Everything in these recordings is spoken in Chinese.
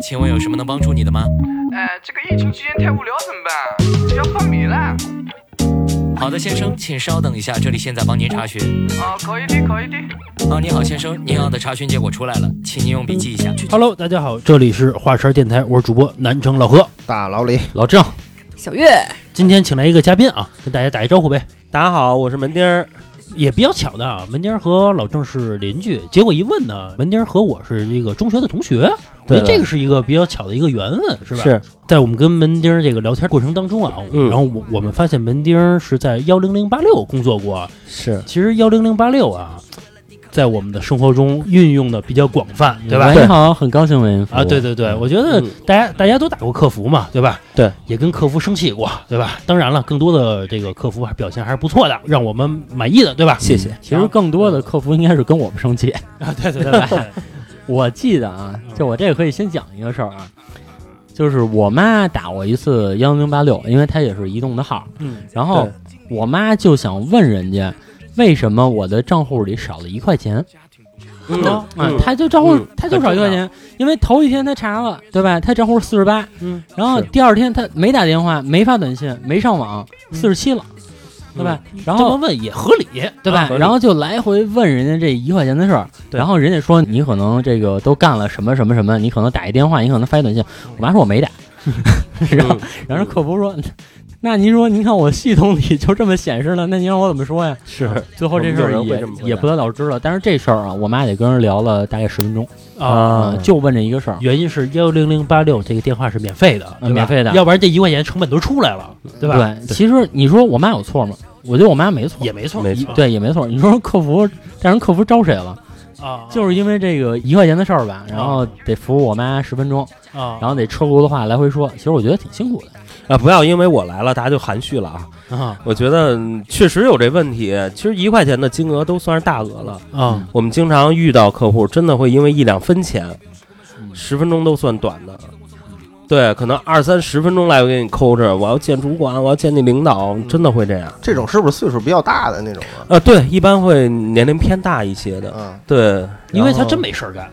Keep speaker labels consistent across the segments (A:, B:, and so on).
A: 请问有什么能帮助你的吗？
B: 哎，这个疫情期间太无聊怎么办？要昏迷了。
A: 好的，先生，请稍等一下，这里现在帮您查询。
B: 啊，可以的，可以的。
A: 啊，你好，先生，您要的查询结果出来了，请您用笔记一下。
C: Hello，大家好，这里是华山电台，我是主播南城老何、
D: 大老李，
C: 老郑。
E: 小月，
C: 今天请来一个嘉宾啊，跟大家打一招呼呗。
F: 大家好，我是门钉儿。
C: 也比较巧的啊，门钉儿和老郑是邻居，结果一问呢，门钉儿和我是这个中学的同学，我觉得
F: 对的
C: 这个是一个比较巧的一个缘分，是吧？
F: 是
C: 在我们跟门钉儿这个聊天过程当中啊，
F: 嗯
C: 然后我我们发现门钉儿是在幺零零八六工作过，啊
F: 是，
C: 其实幺零零八六啊，在我们的生活中运用的比较广泛，对吧？
G: 喂你好，很高兴为您服务
C: 啊，对对
G: 哦
C: 对，我觉得
F: 嗯
C: 大家、大家都打过客服嘛，对吧？
F: 对，
C: 也跟客服生气过，对吧？当然了，更多的这个客服还表现还是不错的，让我们满意的，对吧？嗯
G: 谢谢。其实更多的客服应该是跟我们生气。
C: 啊，对对对对，
G: 我记得啊，就我这个可以先讲一个事儿啊，就是我妈打我一次幺零八六，因为她也是移动的号，
C: 嗯，
G: 然后我妈就想问人家为什么我的账户里少了一块钱。
F: 嗯
G: 啊
F: 嗯，
G: 他就账户
F: 嗯
G: 他就少一块钱，因为头一天他查了，对吧？他账户四十八，
C: 嗯，
G: 然后
F: 是
G: 第二天他没打电话，没发短信，没上网，四十七了，对吧？
C: 嗯
G: 然
C: 这么
G: 后
C: 问也啊合理，
G: 对吧？然后就来回问人家这一块钱的事儿，然后人家说你可能这个都干了什么什么什么，你可能打一电话，你可能发一短信。我妈说我没打，然后然后客服说，那您说您看我系统里就这么显示了，那您让我怎么说呀？
F: 是
G: 最后这事
F: 我们有
G: 儿
F: 人会
G: 也
F: 这么回答
G: 也不得了之了。但是这事儿啊，我妈也跟人聊了大概十分钟
C: 啊。
G: 嗯就问这一个事儿。
C: 原因是幺零零八六这个电话是免费的，对吧
G: 啊免费的
C: 要不然这一块钱成本都出来了，对吧？
G: 对，其实你说我妈有错吗？我觉得我妈没错，
C: 也没错，
F: 没错
G: 对也没错。你说客服，但是客服招谁了？
C: 啊，
G: 就是因为这个一块钱的事儿
C: 哦
G: 吧，然后得服务我妈十分钟，
C: 啊，
G: 然后得车轱辘话来回说。其实我觉得挺辛苦的。
F: 啊，不要因为我来了，大家就含蓄了啊。
C: 啊
F: 我觉得嗯确实有这问题，其实一块钱的金额都算是大额了。
G: 嗯
C: 啊，
F: 我们经常遇到客户，真的会因为一两分钱，
G: 嗯
F: 十分钟都算短的。对，可能二三十分钟来给你抠着，我要见主管，我要见你领导，真的会这样。
D: 这种是不是岁数比较大的那种啊？
F: 啊，对，一般会年龄偏大一些的。
D: 嗯，
F: 对，
C: 因为他真没事儿干，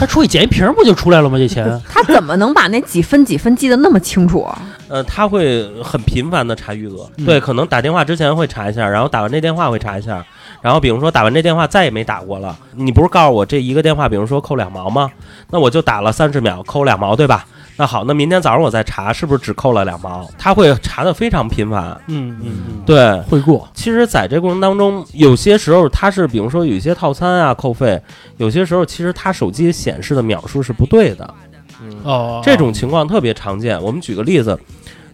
C: 他出去捡一瓶儿不就出来了吗？这钱
E: 他怎么能把那几分几分记得那么清楚啊？
F: 呃，他会很频繁的查余额，
C: 嗯
F: 对，可能打电话之前会查一下，然后打完这电话会查一下，然后比如说打完这电话再也没打过了，你不是告诉我这一个电话，比如说扣两毛吗？那我就打了三十秒，扣两毛，对吧？那好，那明天早上我再查是不是只扣了两毛？他会查的非常频繁，
C: 嗯嗯嗯。
F: 对。
G: 会过，
F: 其实，在这过程当中，有些时候他是，比如说有一些套餐啊扣费，有些时候其实他手机显示的秒数是不对的，
C: 哦，
F: 这种情况特别常见。我们举个例子，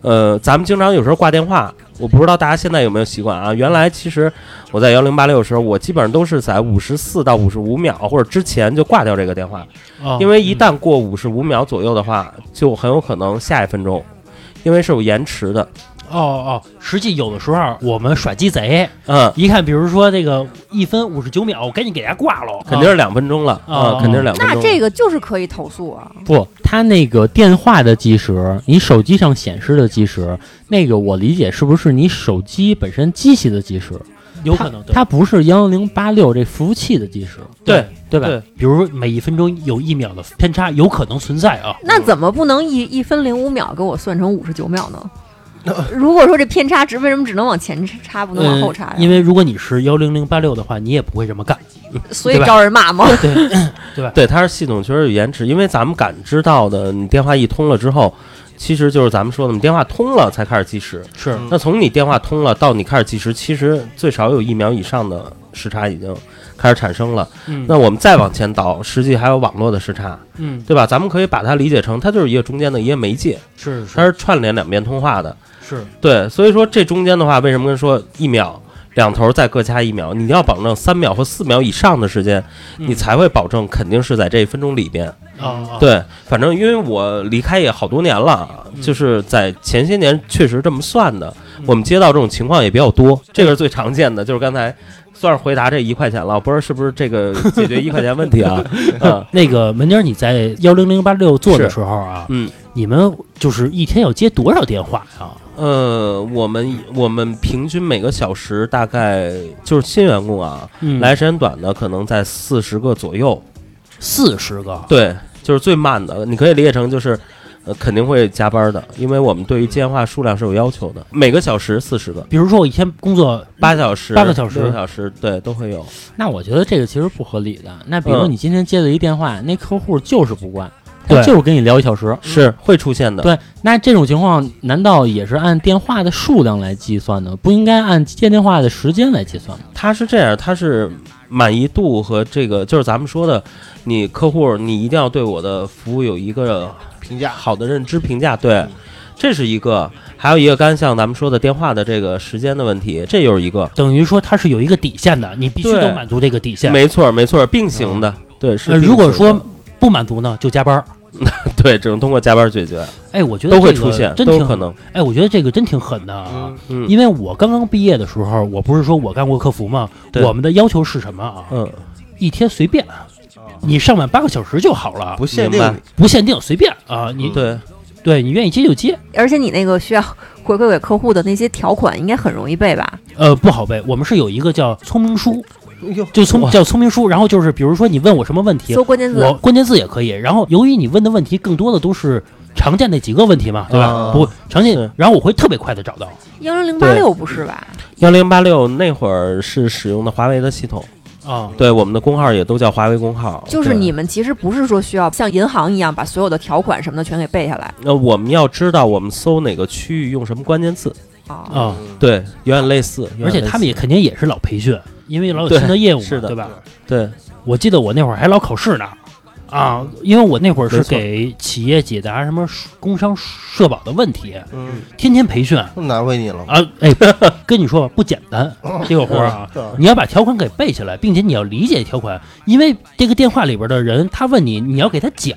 F: 呃，咱们经常有时候挂电话，我不知道大家现在有没有习惯啊？原来其实我在幺零八六的时候，我基本上都是在五十四到五十五秒或者之前就挂掉这个电话，
C: 哦，
F: 因为一旦过五十五秒左右的话，就很有可能下一分钟，因为是有延迟的。
C: 哦哦，实际有的时候啊我们耍鸡贼，
F: 嗯，
C: 一看，比如说这个一分五十九秒，我赶紧给它挂了，
F: 肯定是两分钟了
C: 哦
F: 啊，肯定是两分
E: 那
F: 钟。
E: 这个就是可以投诉啊。
G: 不，他那个电话的计时，你手机上显示的计时，那个我理解是不是你手机本身机器的计时？
C: 啊有可能
G: 它它不是幺零八六这服务器的计时，
F: 对
G: 对吧？
F: 对
C: 比如说每一分钟有一秒的偏差，有可能存在啊。
E: 那怎么不能一一分零五秒给我算成五十九秒呢？如果说这偏差值为什么只能往前插，不能往后插呀？
C: 嗯因为如果你是幺零零八六的话，你也不会这么干。
E: 所以
C: 对吧
E: 招人骂吗？
F: 对，它是系统确实有延迟，因为咱们感知到的，你电话一通了之后，其实就是咱们说的，你电话通了才开始计时。
C: 是
F: 那从你电话通了到你开始计时，其实最少有一秒以上的时差已经开始产生了。
C: 嗯
F: 那我们再往前倒，实际还有网络的时差，
C: 嗯，
F: 对吧？咱们可以把它理解成，它就是一个中间的一个媒介，
C: 是是
F: 它是串联两边通话的。
C: 是，
F: 对，所以说这中间的话，为什么跟说一秒？两头再各加一秒，你要保证三秒或四秒以上的时间，你才会保证肯定是在这一分钟里边。
C: 啊，
F: 对，反正因为我离开也好多年了，
C: 嗯
F: 就是在前些年确实这么算的。我们接到这种情况也比较多，这个是最常见的，就是刚才算是回答这一块钱了，不知道是不是这个解决一块钱问 题啊？嗯
C: 那个门钉，你在幺零零八六做的时候啊，
F: 嗯。
C: 你们就是一天要接多少电话啊？
F: 呃，我们我们平均每个小时大概就是新员工啊，
C: 嗯
F: 来时间短的可能在四十个左右，
C: 四十个，
F: 对，就是最慢的，你可以理解成就是，呃，肯定会加班的，因为我们对于接电话数量是有要求的，每个小时四十个，
C: 比如说我一天工作
F: 八小时、
C: 八个小时
F: 六个小时，对，都会有。
G: 那我觉得这个其实不合理的。那比如说
F: 嗯
G: 你今天接了一电话，那客户就是不挂，他
C: 对
G: 就是跟你聊一小
H: 嗯
G: 时。
F: 是会出现的，
G: 对，那这种情况难道也是按电话的数量来计算的？不应该按接电话的时间来计算吗？
F: 它是这样，它是满意度和这个，就是咱们说的，你客户你一定要对我的服务有一个
H: 评价嗯
F: 好的认知评价，对，这是一个，还有一个刚才像咱们说的电话的这个时间的问题，这又是一个，
C: 等于说它是有一个底线的，你必须
F: 对
C: 得满足这个底线。
F: 没错没错，并行的，对是
C: 呃，
F: 并行的、
C: 如果说不满足呢，就加班儿。
F: 对，只能通过加班解决，
C: 哎，我觉得
F: 都会
C: 这
F: 出
C: 个
F: 现，
C: 真
F: 都有
C: 挺
F: 可。能，
C: 哎，我觉得这个真挺狠的啊。
F: 嗯
C: 因为我刚刚毕业的时候，我不是说我干过客服吗？
F: 对
C: 我们的要求是什么啊？
F: 嗯，
C: 一天随便，你上晚八个小时就好了，
H: 不限
F: 明
H: 定嗯
F: 白嗯
H: 你，
C: 不限定，随便啊。你
F: 对，
C: 对你愿意接就接，
E: 而且你那个需要回馈给客户的那些条款，应该很容易背吧？
C: 呃，不好背。我们是有一个叫聪明书，
G: 哎
H: 哟
C: 就聪叫聪明书，然后就是比如说你问我什么问题，
E: 搜关键字
C: 我，关键字也可以。然后由于你问的问题更多的都是常见那
G: 嗯
C: 几个问题嘛，对吧？
F: 啊
C: 不常见
F: 是，
C: 然后我会特别快的找到。
E: 幺零零八六不是吧？
F: 幺零八六那会儿是使用的华为的系统，
C: 啊，
F: 对，我们的工号也都叫华为工号，
E: 就是
F: 对
E: 你们其实不是说需要像银行一样把所有的条款什么的全给背下来
F: 那我们要知道我们搜哪个区域用什么关键字，
E: 啊。
C: 啊，
G: 嗯
F: 对，有点类似。有点
C: 而且
F: 类似
C: 他们也肯定也是老培训，因为老有新的业务嘛，
F: 是的
C: 对吧？
F: 对，
C: 我记得我那会儿还老考试呢，啊，因为我那会儿是
F: 没错
C: 给企业解答什么工商社保的问题，
H: 嗯，
C: 天天培训啊，
H: 这么难为你了吗？
C: 哎， 跟你说吧，不简 单，这个活儿啊。
H: 对啊
C: 你要把条款给背下来，并且你要理解条款，因为这个电话里边的人他问你，你要给他讲，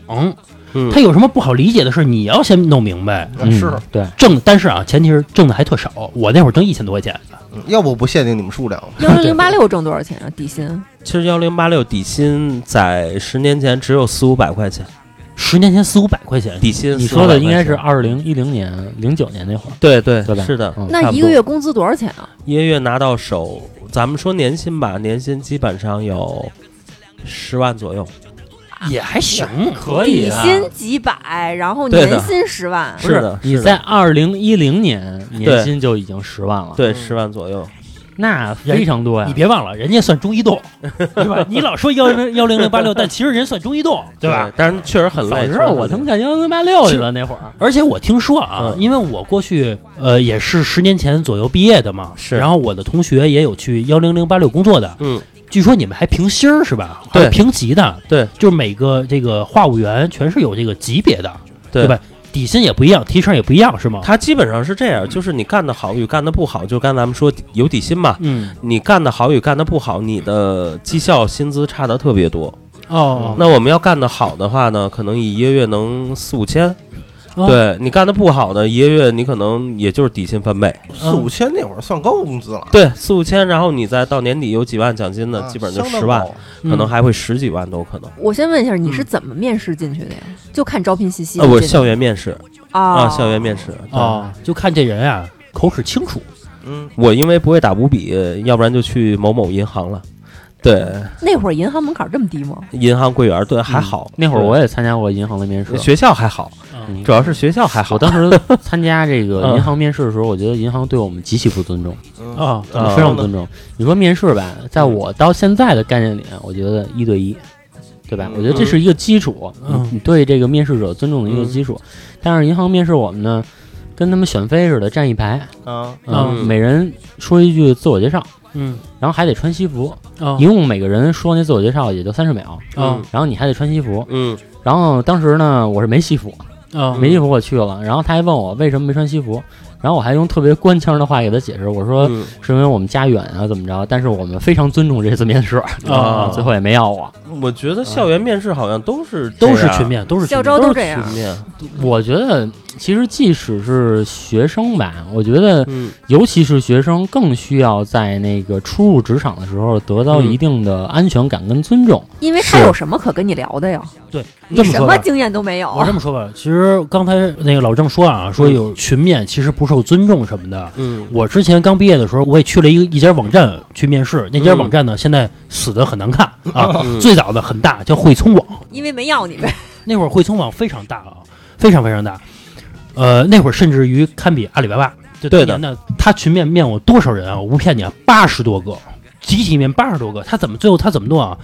F: 嗯
C: 他有什么不好理解的事儿，你要先弄明白。
H: 嗯是
G: 嗯，对，
C: 挣，但是啊，前提是挣的还特少，我那会儿挣一千多块钱，
H: 嗯要不不限定你们数量，
E: 幺零零八六挣多少钱啊？底薪？
F: 其实幺零八六底薪在十年前只有四五百块钱，
C: 十年前四五百块钱，
F: 底薪
G: 你
F: 四五百
G: 说
F: 块
G: 的
F: 钱
G: 应该是二零一零年、零九年那会儿，
F: 对对
G: 对吧
F: 是的，
G: 嗯
E: 那一个月工资多少钱啊？
F: 一个月拿到手，咱们说年薪吧，年薪基本上有十万左右，
C: 也还行，
G: 可
E: 底
F: 啊
E: 薪几百，然后
F: 对的
E: 年薪十万，
F: 是的
G: 你
F: 是的
G: 在二零一零年
F: 对
G: 年薪就已经十万了，，
F: 对，
H: 嗯
F: 十万左右，
G: 那非常多呀。
C: 你别忘了，人家算中移 动，对吧？你老说幺零幺零零八六，但其实人算中移动，对吧？？
F: 但是确实很累，
G: 早知
F: 确实
G: 道
F: 很
G: 我他妈
F: 累
G: 干幺零八六去了那会儿，
C: 而且我听说啊，
F: 嗯
C: 因为我过去呃也是十年前左右毕业的嘛，
F: 是
C: 然后我的同学也有去幺零零八六工作的，
F: 嗯，
C: 据说你们还评星儿是吧？
F: 对
C: 还有评级的，
F: 对，
C: 就是每个这个话务员全是有这个级别的，
F: 对
C: 吧？底薪也不一样，提成也不一样，是吗？
F: 它基本上是这样，就是你干的好与干的不好，就刚才咱们说有底薪嘛，
C: 嗯，
F: 你干的好与干的不好，你的绩效薪资差的特别多。
C: 哦，
F: 那我们要干得好的话呢，可能一个月能四五千。
C: 哦
F: 对你干得不好的，一个月你可能也就是底薪翻倍，
C: 嗯
H: 四五千那会儿算高工资了，
F: 对，四五千，然后你再到年底有几万奖金的，
H: 啊
F: 基本上就
H: 相当
F: 十万
H: 高，
G: 嗯
F: 可能还会十几万都有可能。
E: 我先问一下，你是怎么面试进去的呀？就看招聘信息
F: 呃，嗯我是
E: 进去
F: 校园面试
E: 啊
F: 啊，校园面试。对
C: 哦，就看这人啊，口齿清楚，
H: 嗯，
F: 我因为不会打五笔，要不然就去某某银行了。对，
E: 那会儿银行门槛这么低吗？
F: 银行柜员，对，还好。
G: 嗯那会儿
F: 对
G: 我也参加过银行的面试，
F: 学校还好，主要是学校还好。
G: 我当时参加这
F: 嗯
G: 个银行面试的时候，我觉得银行对我们极其不尊重，
C: 啊，
F: 啊嗯
G: 非常不尊重。你说面试吧，在我到现在的概念里，我觉得一对一，对吧？我觉得这是一个基础，
C: 嗯
G: 你你对这个面试者尊重的一个基
F: 嗯
G: 础。但是银行面试我们呢，跟他们选妃似的，站一排，
H: 啊，
F: 嗯
G: 每人说一句自我介绍，
C: 嗯，
G: 然后还得穿西服，
F: 嗯
C: 啊
G: 一共每个人说那自我介绍也就三十秒，
C: 啊
G: 然后你还得穿西服。
F: 嗯
G: 然后当时呢，我是没西服，
C: 啊，
G: 没衣服我去了，然后他还问我为什么没穿西服，然后我还用特别官腔的话给他解释，我说
F: 嗯
G: 是因为我们家远啊怎么着，但是我们非常尊重这次面试，
C: 啊
F: 哦
G: 最后也没要我。
F: 我觉得校园面试好像都是
C: 嗯都
F: 这
C: 是
F: 样
C: 全面，都是
E: 校
C: 全
E: 招
C: 面
E: 都这样
F: 全。面，
G: 我觉得其实即使是学生吧，我觉得
F: 嗯
G: 尤其是学生更需要在那个初入职场的时候得到
F: 嗯
G: 一定的安全感跟尊重。
E: 因为他
F: 是
E: 有什么可跟你聊的呀？
C: 对，
E: 你
C: 这么
E: 什
C: 说
E: 么
C: 吧。
E: 经验都没有啊
C: 我这么说吧，其实刚才那个老郑说啊，说有群面其实不受尊重什么的。
F: 嗯
C: 我之前刚毕业的时候，我也去了一个一家网站去面试，那家
F: 嗯
C: 网站呢，现在死的很难看啊。
F: 嗯
C: 最早的很大，叫汇聪网，
E: 因为没要你呗。
C: 那会儿汇聪网非常大啊，非常非常大。呃，那会儿甚至于堪比阿里巴巴。就
F: 对的
C: 当年呢，他群面面我多少人啊？我不骗你啊，八十多个，集体面八十多个。他怎么最后他怎么弄啊？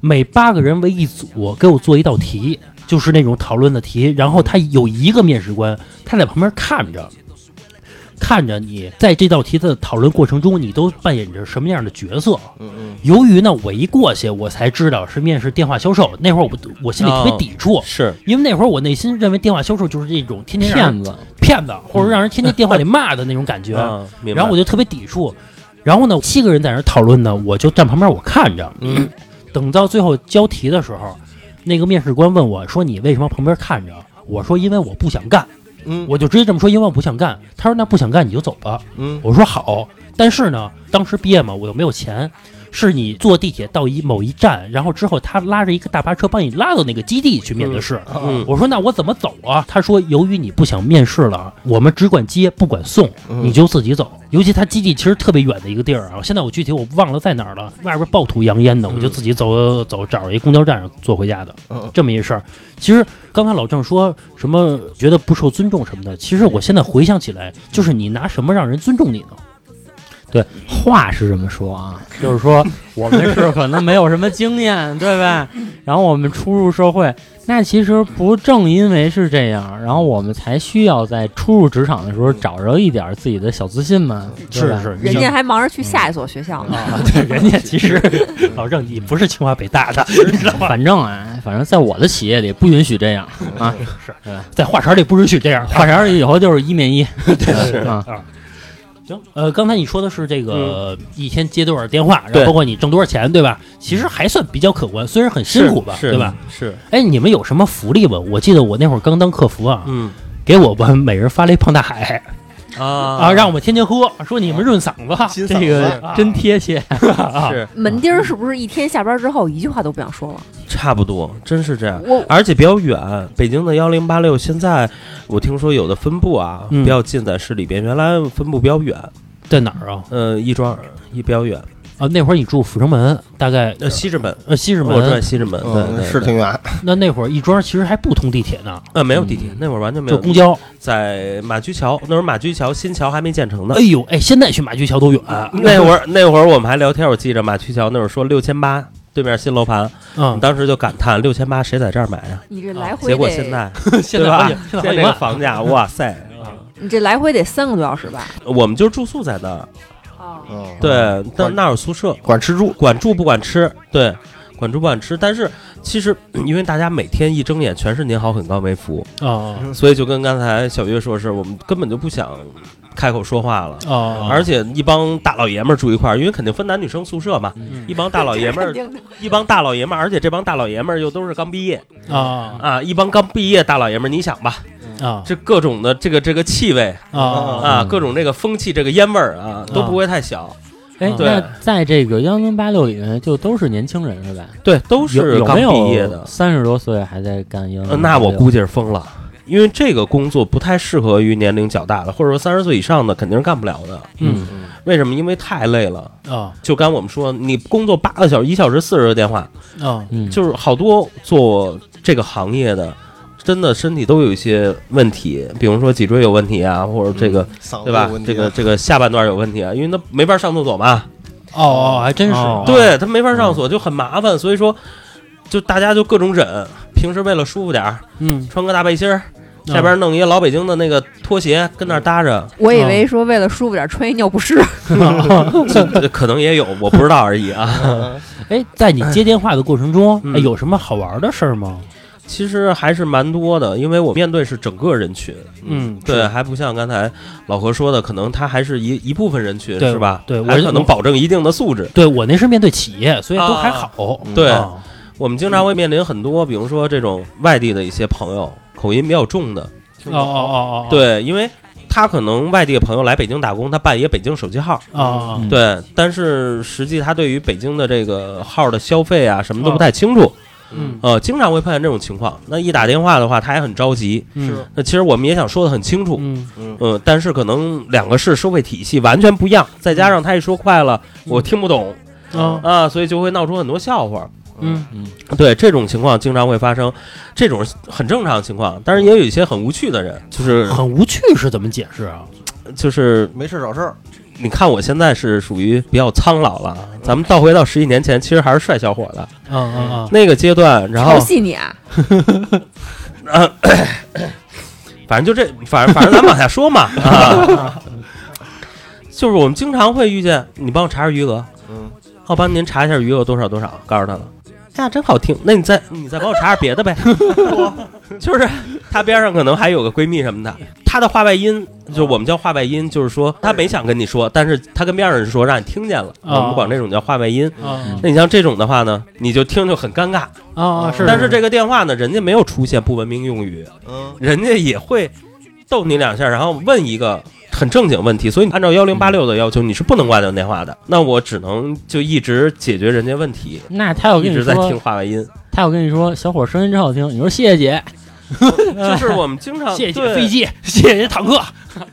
C: 每八个人为一组，给我做一道题，就是那种讨论的题。然后他有一个面试官，他在旁边看着，看着你在这道题的讨论过程中，你都扮演着什么样的角色？
H: 嗯嗯，
C: 由于呢，我一过去，我才知道是面试电话销售。那会儿我不我心里特
F: 哦
C: 别抵触，
F: 是
C: 因为那会儿我内心认为电话销售就是这种天天让人
G: 骗子，
C: 骗子，或者让人天天电话里骂的那种感觉。
F: 嗯，明白
C: 然后我就特别抵触。然后呢，七个人在那儿讨论呢，我就站旁边我看着。
F: 嗯，
C: 等到最后交题的时候，那个面试官问我说：“你为什么旁边看着？”我说：“因为我不想干。”
H: 嗯
C: 我就直接这么说，因为我不想干。他说：“那不想干你就走吧。”
H: 嗯
C: 我说好，但是呢，当时毕业嘛，我又没有钱，是你坐地铁到一某一站，然后之后他拉着一个大巴车帮你拉到那个基地去面的试。
F: 嗯
C: 我说那我怎么走啊？他说由于你不想面试了，我们只管接不管送，
H: 嗯
C: 你就自己走。尤其他基地其实特别远的一个地儿啊，现在我具体我忘了在哪儿了，外边暴土扬烟的，我就自己走走，找着一公交站坐回家的
H: 嗯，
C: 这么一事儿。其实刚才老郑说什么觉得不受尊重什么的，其实我现在回想起来，就是你拿什么让人尊重你呢？
G: 话是这么 说啊，就是说我们是可能没有什么经验，对 吧？然后我们初入社会，那其实不正因为是这样，然后我们才需要在初入职场的时候找着一点自己的小自信嘛，对吧，
C: 是
E: 人家还忙着去下一所学校
F: 嗯
E: 呢。
C: 啊，对，人家其 实老郑你不是清华北大的，你知道吗？
G: 反正啊，反正在我的企业里不允许这样啊，
C: 在话茬里不允许这样。嗯
G: 换成以后就是 一面一，对啊，
C: 行，呃，刚才你说的是这个
F: 嗯
C: 一天接多少电话，然后包括你挣多少钱，对吧？其实还算比较可观，虽然很辛苦吧，
F: 嗯是
C: 对吧？？
F: 是，
C: 哎，你们有什么福利吗？我记得我那会儿刚当客服啊，
F: 嗯
C: 给我们每人发了一胖大海
F: 啊
C: 啊，让我们天天喝，说你们润嗓子。
H: 金嗓
G: 这
H: 子，
G: 个真贴切，
C: 啊
F: 是
E: 门钉儿是不是一天下班之后一句话都不想说了？
F: 差不多，真是这样。
E: 我
F: 而且比较远，北京的幺零八六现在我听说有的分部啊、
C: 嗯
F: 比较近，在市里边，原来分部比较远，
C: 在哪儿啊？
F: 呃，亦庄一比较远，
C: 啊，那会儿你住阜成门，大概
F: 呃，西直门，
C: 呃西直
F: 我住在
C: 门。
F: 西直门，哦对
H: 嗯，
F: 对，
H: 是
F: 对
H: 挺远，
C: 那那会儿亦庄其实还不通地铁呢，
F: 呃，没有地铁，那会儿完全没
C: 就
F: 有，
C: 公交。
F: 在马驹桥，那会儿马驹桥新桥还没建成呢
C: 哎。呦，哎，现在去马驹桥都远。
F: 那会儿那会儿我们还聊天，我记着马驹桥那会儿说六千八，对面新楼盘，
C: 嗯，
F: 啊当时就感叹六千八谁在这儿买啊？
E: 你这来回
F: 结果
E: 得，
F: 现在
C: 现
F: 对
C: 在好
F: 吧
C: 几，现在好
F: 现在
C: 几
F: 这个
C: 万。
F: 房价，哇塞！
E: 你这来回得三个多小时吧？
F: 我们就是住宿在那儿，
E: 啊，
H: 嗯，，
F: 对，但那儿有宿舍，
H: 管吃住，
F: 管住不管吃，对，管住不管吃。但是其实因为大家每天一睁眼全是您好很高没服，
C: 啊
F: 所以就跟刚才小月说是我们根本就不想开口说话了。
C: 啊
F: 而且一帮大老爷们儿住一块儿，因为肯定分男女生宿舍
H: 嗯
F: 嘛，
C: 嗯
F: 一帮大老爷们儿
E: 肯，定的
F: 一帮大老爷们儿，而且这帮大老爷们儿又都是刚毕业
C: 啊
F: 啊，一帮刚毕业大老爷们儿，你想吧，
C: 啊
F: 这各种的这个这个气味
C: 啊！
F: 啊，各种这个风气，这个烟味儿啊，都不会太小，
G: 哎，
C: 嗯对
G: 那在这个幺零八六里面就都是年轻人是吧？
F: 对，都是
G: 有有
F: 刚
G: 没
F: 毕业
G: 有
F: 的。
G: 三十多岁还在干英语
F: 呃，那我估计是疯了，因为这个工作不太适合于年龄较大的，或者说三十岁以上的肯定是干不了的。
C: 嗯
F: 为什么？因为太累了。
C: 啊
F: 就刚我们说，你工作八个小时，一小时四十个电话，
C: 啊
G: 嗯，
F: 就是好多做这个行业的，真的身体都有一些问题，比如说脊椎有问题啊，或者这个、
H: 嗓嗯子
F: 对吧
H: 有问？题啊
F: 这个这个下半段有问题啊，因为他没法上厕所嘛，
C: 哦哦，还真是
G: 哦
F: 对他没法上厕所就很麻烦，所以说就大家就各种忍。平时为了舒服点儿，
C: 嗯
F: 穿个大背心儿，
C: 嗯
F: 下边弄一个老北京的那个拖鞋跟那儿 搭着，
E: 我以为说为了舒服点儿穿一尿不湿，
F: 这可能也有，我不知道而已啊。
C: 哎，在你接电话的过程中，
F: 嗯
C: 哎，有什么好玩的事儿吗？
F: 其实还是蛮多的，因为我面对是整个人群，
C: 嗯
F: 对，还不像刚才老何说的，可能他还是一一部分人群
C: 对
F: 是吧？
C: 对我
F: 还可能保证一定的素质。
C: 对我那是面对企业，所以都还好。
F: 嗯对
C: 啊
F: 我们经常会面临很多，比如说这种外地的一些朋友，口音比较重的，
C: 哦
H: 听不懂
C: 哦哦哦，
F: 对，因为他可能外地的朋友来北京打工，他办一个北京手机号，
C: 啊
G: 嗯
F: 对，但是实际他对于北京的这个号的消费啊，什么都不太清楚，
C: 嗯
F: 呃，经常会碰见这种情况。那一打电话的话，他也很着急。
C: 嗯
F: 那其实我们也想说的很清楚，
C: 嗯
H: 嗯
F: 嗯、但是可能两个市收费体系完全嗯不一样，再加上他一说快了，我听不懂
C: 啊
F: 啊，所以就会闹出很多笑话。
G: 嗯
I: 嗯，
F: 对这种情况经常会发生，这种是很正常的情况。但是也有一些很无趣的人， 就是
G: 很无趣是怎么解释啊？
F: 就是
H: 没事找事儿，
F: 你看我现在是属于比较苍老了，咱们倒回到十几年前，其实还是帅小伙的
C: 啊
G: 嗯嗯嗯，
F: 那个阶段。然后
E: 调戏你啊！
F: 啊， 反正就这，反正反正咱往下说嘛啊，就是我们经常会遇见，你帮我查查余额，
H: 嗯，
F: 我帮您查一下余额多少多少，告诉他了。哎呀，真好听！那你再你再帮我查查别的呗，就是他边上可能还有个闺蜜什么的，他的话外音就是我们叫话外音，就是说他没想跟你说，但是他跟边上人说让你听见了，我们管这种叫话外音。
G: 啊
F: 那你像这种的话呢，你就听就很尴尬，
G: 啊啊！是，
F: 但是这个电话呢，人家没有出现不文明用语，
H: 嗯，
F: 人家也会逗你两下，然后问一个很正经问题。所以按照幺零八六的要求，你是不能挂断电话的。那我只能就一直解决人家问题，
I: 那他要
F: 一
I: 跟你
F: 直在听
I: 说，
F: 话外 音。
I: 他要跟你说，小伙儿声音真好听，你说谢谢姐，
F: 就是我们经常
G: 谢谢
F: 哦对
G: 飞机，谢谢坦克，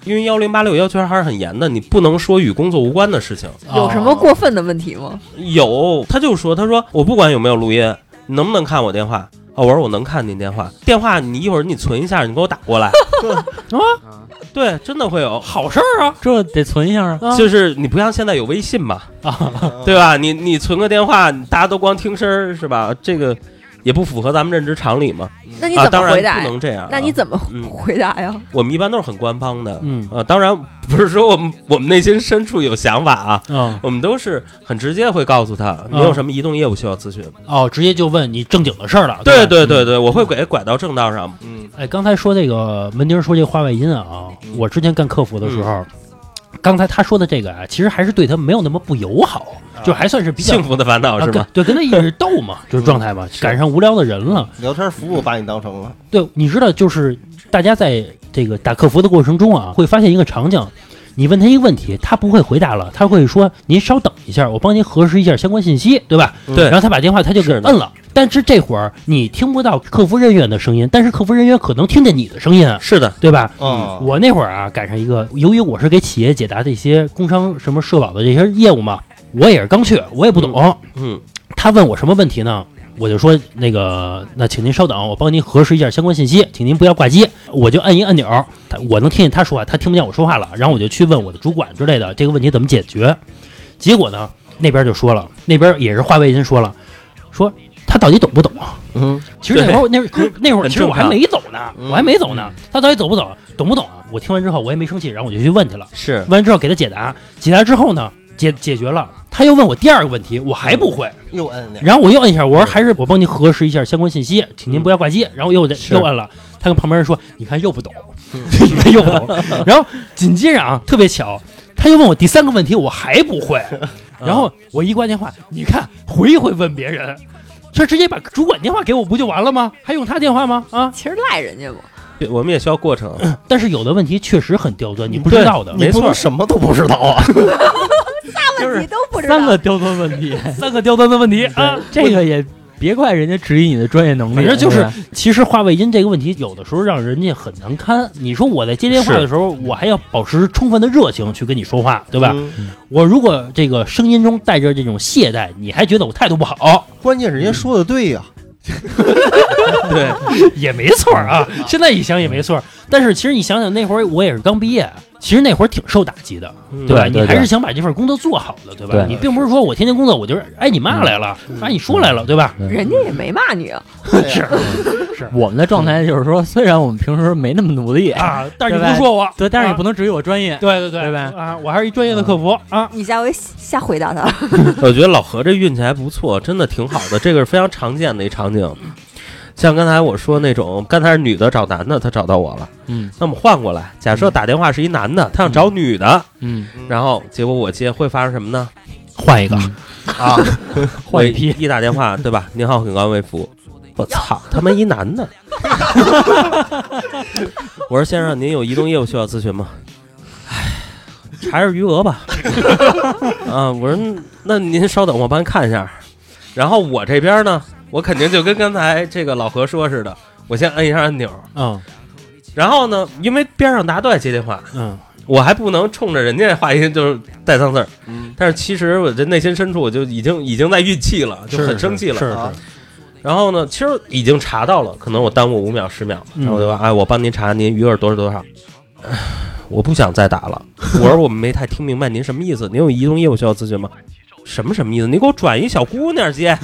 F: 因为幺零八六要求还是很严的，你不能说与工作无关的事情。
E: 有什
F: 哦
E: 么过分的问题吗？
F: 有，他就说，他说我不管有没有录音，你能不能看我电话？哦，我说我能看您电话，电话你一会儿你存一下，你给我打过来。
I: 啊
F: 对，真的会有好事
I: 这得存一下啊。
G: 啊
F: 就是你不像现在有微信嘛，
H: 嗯
F: 对吧？你你存个电话，大家都光听声儿是吧？这个也不符合咱们认知常理嘛。
E: 那你
F: 啊，
E: 怎
F: 当
E: 么
F: 然
E: 回答
F: 不
E: 呀？
F: 能这样啊、
E: 那你怎么
F: 嗯
E: 回答呀？
F: 我们一般都是很官方的，
G: 嗯
F: 啊，当然不是说我们我们内心深处有想法啊，
G: 嗯
F: 我们都是很直接会告诉他你有什么移动业务需要咨询。
G: 哦，直接就问你正经的事儿了。
F: 对
G: 吧
F: 对对对，我会给拐到正道上。
H: 嗯
G: 哎，刚才说这个门钉儿说这话外音啊，我之前干客服的
F: 嗯
G: 时候，刚才他说的这个啊，其实还是对他没有那么不友好，就还算是比较
F: 啊幸福的烦恼
G: 啊
F: 是
G: 跟
F: 吗？嗯
G: 对，跟他一直斗 嘛，就是状态嘛，赶上无聊的人了。
H: 聊天服务把你当成了，
G: 对，你知道，就是大家在这个打客服的过程中啊，会发现一个场景。你问他一个问题，他不会回答了，他会说：“您稍等一下，我帮您核实一下相关信息，对吧？”
F: 嗯对
G: 然后他把电话他就给
F: 是的
G: 摁了。但是这会儿你听不到客服人员的声音，但是客服人员可能听见你的声音啊，
F: 是的，
G: 对吧？
F: 哦
H: 嗯，
G: 我那会儿啊，赶上一个，由于我是给企业解答这些工商什么社保的这些业务嘛，我也是刚去，我也不懂。
F: 嗯，
G: 他问我什么问题呢？我就说那个，那请您稍等，我帮您核实一下相关信息，请您不要挂机。我就按一按钮，他我能听见他说话，他听不见我说话了。然后我就去问我的主管之类的，这个问题怎么解决？结果呢，那边就说了，那边也是话外音说了，说他到底懂不懂啊？
H: 嗯，
G: 其实那会儿我那会儿那会儿
F: 很
G: 其实我
F: 正
G: 还
F: 常
G: 没走呢，
I: 嗯
G: 我还没走呢，他到底走不走，懂不懂啊？我听完之后我也没生气，然后我就去问去了。
F: 是
G: 问完之后给他解答，解答之后呢，解解决了，他又问我第二个问题，我还不会，
I: 嗯
H: 又摁那，
G: 然后我又摁一下，我说还是我帮您核实一下相关信息，请您不要挂机。然后又再
F: 嗯是嗯
G: 又摁了，他跟旁边人说：“你看又不懂， 你看又不懂。”然后紧接着啊，特别巧，他又问我第三个问题，我还不会。
F: 嗯
G: 然后我一挂电话，你看回一回问别人，这直接把主管电话给我不就完了吗？还用他电话吗？啊！
E: 其实赖人家嘛，
F: 我们也需要过 程。
G: 但是有的问题确实很刁钻，你不知
F: 对
G: 道的。
F: 没
H: 你不
F: 错
H: 能什么都不知 道啊，
E: 大问题都不知道
I: 三。个刁钻问 题，
G: 三个刁钻的问题啊
I: 对，这个也别怪人家质疑你的专业能力，
G: 反正就
I: 对
G: 是
I: 吧，
G: 其实话外音这个问题，有的时候让人家很难堪。你说我在接电话的时候，我还要保持充分的热情去跟你说话，对吧？
H: 嗯
G: 我如果这个声音中带着这种懈怠，你还觉得我态度不好，
H: 关键是人家说的对 呀，
F: 对，
G: 也没错儿啊。 现在一想也没错儿，但是其实你想想，那会儿我也是刚毕业，其实那会儿挺受打击的，
F: 嗯
G: 吧？
I: 对
G: 你还是想把这份工作做好的，对吧？
I: 对
G: 你并不是说我天天工作，我就是哎你骂来了，哎你说来了，对吧？
E: 人家也没骂你啊，
H: 对呀
G: 是
I: 我们的状态就是说，虽然我们平时没那么努力，
G: 嗯啊，但是你
I: 对吧
G: 不说我，
I: 对，但是也
G: 啊
I: 不能质疑我专业。
G: 对对对
I: 对吧
G: 啊，我还是一专业的客服啊。
E: 你下回瞎回答他。
F: 我觉得老何这运气还不错，真的挺好的。这个是非常常见的一场景，像刚才我说那种，刚才是女的找男的，他找到我了。
I: 嗯
F: 那么换过来，假设打电话是一男的，他想找女的，
I: 嗯，
F: 然后结果我接会发生什么呢？
G: 换一个
F: 啊，
I: 换一批
F: 我一打电话，对 吧？您好，很高安慰服。我操，他妈一男的！我说先生，您有移动业务需要咨询吗？唉，查查余额 吧。啊，我说那您稍等，我帮您看一下。然后我这边呢，我肯定就跟刚才这个老何说似的，我先摁一下按钮。
G: 嗯
F: 然后呢，因为边上大家都在接电话，
G: 嗯，
F: 我还不能冲着人家画一就是带脏字儿，
H: 嗯，
F: 但是其实我这内心深处我就已经已经在郁气了，就是很生气了。
C: 是
H: 啊
C: 是，
F: 然后呢，其实已经查到了，可能我耽误五秒十秒，
C: 嗯
F: 然后我就说，哎，我帮您查您余额多少多少。 唉我不想再打了。我说我没太听明白您什么意思，您有移动业务需要咨询吗？什么什么意思？你给我转一小姑娘接。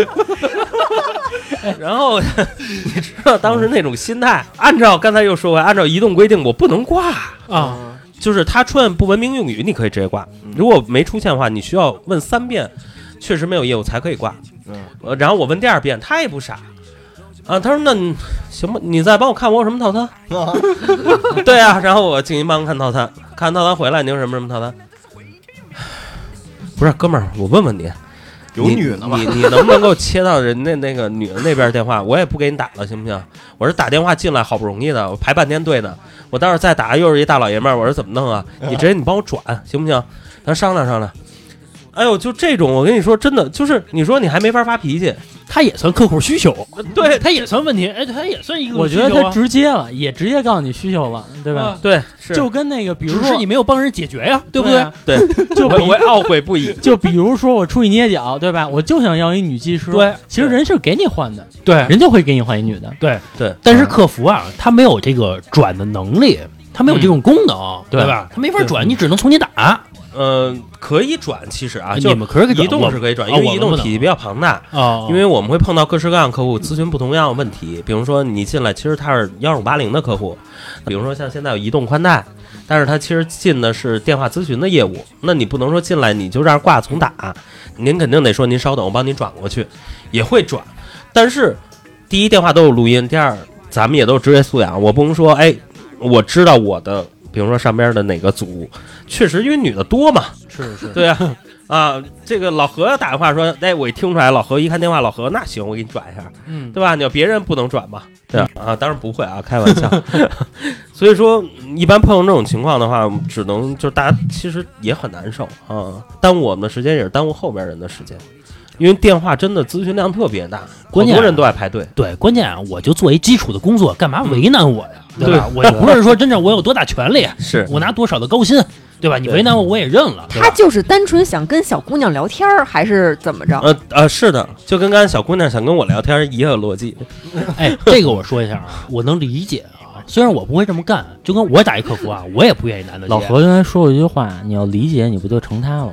F: 然后 你知道当时那种心态，按照刚才又说回来，按照移动规定，我不能挂，
C: 啊，
F: 就是他出现不文明用语，你可以直接挂；如果没出现的话，你需要问三遍，确实没有业务才可以挂。
H: 嗯
F: 呃，然后我问第二遍，他也不傻。啊，他说那你行吧，你再帮我看我有什么套餐。
H: 啊，
F: 对啊，然后我进行帮看套餐，看套餐回来，你有什么什么套餐？ 不是，哥们儿，我问问你，
H: 有
F: 你
H: 女的吗
F: 你你能不能够切到人家那个女的那边电话？我也不给你打了，行不行？我是打电话进来，好不容易的，我排半天队呢，我待会儿再打又是一大老爷们儿，我说怎么弄啊？你直接你帮我转行不行？咱商量商量。哎呦，就这种，我跟你说，真的就是，你说你还没法发脾气，
C: 他也算客户需求，
F: 对
C: 他也算问题，哎，他也算一个
G: 我觉
C: 需
G: 得
C: 求啊
G: 他直接了，也直接告诉你需求了，对吧？
C: 啊
F: 对，是
G: 就跟那个，比如
C: 只
G: 说
C: 是你没有帮人解决呀，对不对
G: 啊？
F: 对，
G: 就
F: 我
G: 比
F: 我懊悔不已。
G: 就比如说我出去捏脚，对吧？我就想要一女技师，
C: 对，
G: 其实人是给你换的，
C: 对，
G: 人就会给你换一女的。
C: 对
F: 对，
C: 但是客服啊，他没有这个转的能力，他没有这种功能，
F: 对
C: 对吧？他没法
F: 对
C: 转，你只能重新打。
F: 呃，可以转，其实啊，就
C: 你们可是给
F: 移
C: 转过
F: 动是可以转，
C: 哦
F: 因为
C: 我
F: 移
C: 们
F: 动
C: 不能
F: 体系比较庞大，
C: 啊，
F: 因为我们会碰到各式各样客户咨询不同样的问题。比如说你进来，其实他是幺五八零的客户，比如说像现在有移动宽带，但是他其实进的是电话咨询的业务，那你不能说进来你就让人挂重打，您肯定得说您稍等，我帮您转过去，也会转，但是第一电话都有录音，第二咱们也都职业素养，我不能说哎，我知道我的。比如说上边的哪个组，确实因为女的多嘛，
C: 是是，
F: 对啊，啊，这个老何打电话说，哎，我一听出来，老何一看电话，老何那行，我给你转一下，
C: 嗯，
F: 对吧？你要别人不能转嘛，对啊，啊，当然不会啊，开玩笑。 所以说，一般碰到这种情况的话，只能就是大家其实也很难受啊，耽误我们的时间，也是耽误后边人的时间，因为电话真的咨询量特别大，
C: 关键
F: 好多人都爱排队。
C: 对，关键啊，我就做一基础的工作，干嘛为难我呀？对吧？我又不是说真正我有多大权利，
F: 是
C: 我拿多少的高薪，对吧？你
F: 对
C: 为难我，我也认了。
E: 他就是单纯想跟小姑娘聊天儿，还是怎么着？
F: 呃呃，是的，就跟刚才小姑娘想跟我聊天一个逻辑。
C: 哎，这个我说一下啊，我能理解啊，虽然我不会这么干，就跟我打一客服啊，我也不愿意男的接
G: 老，何刚才说过一句话，你要理解，你不就成他了吗？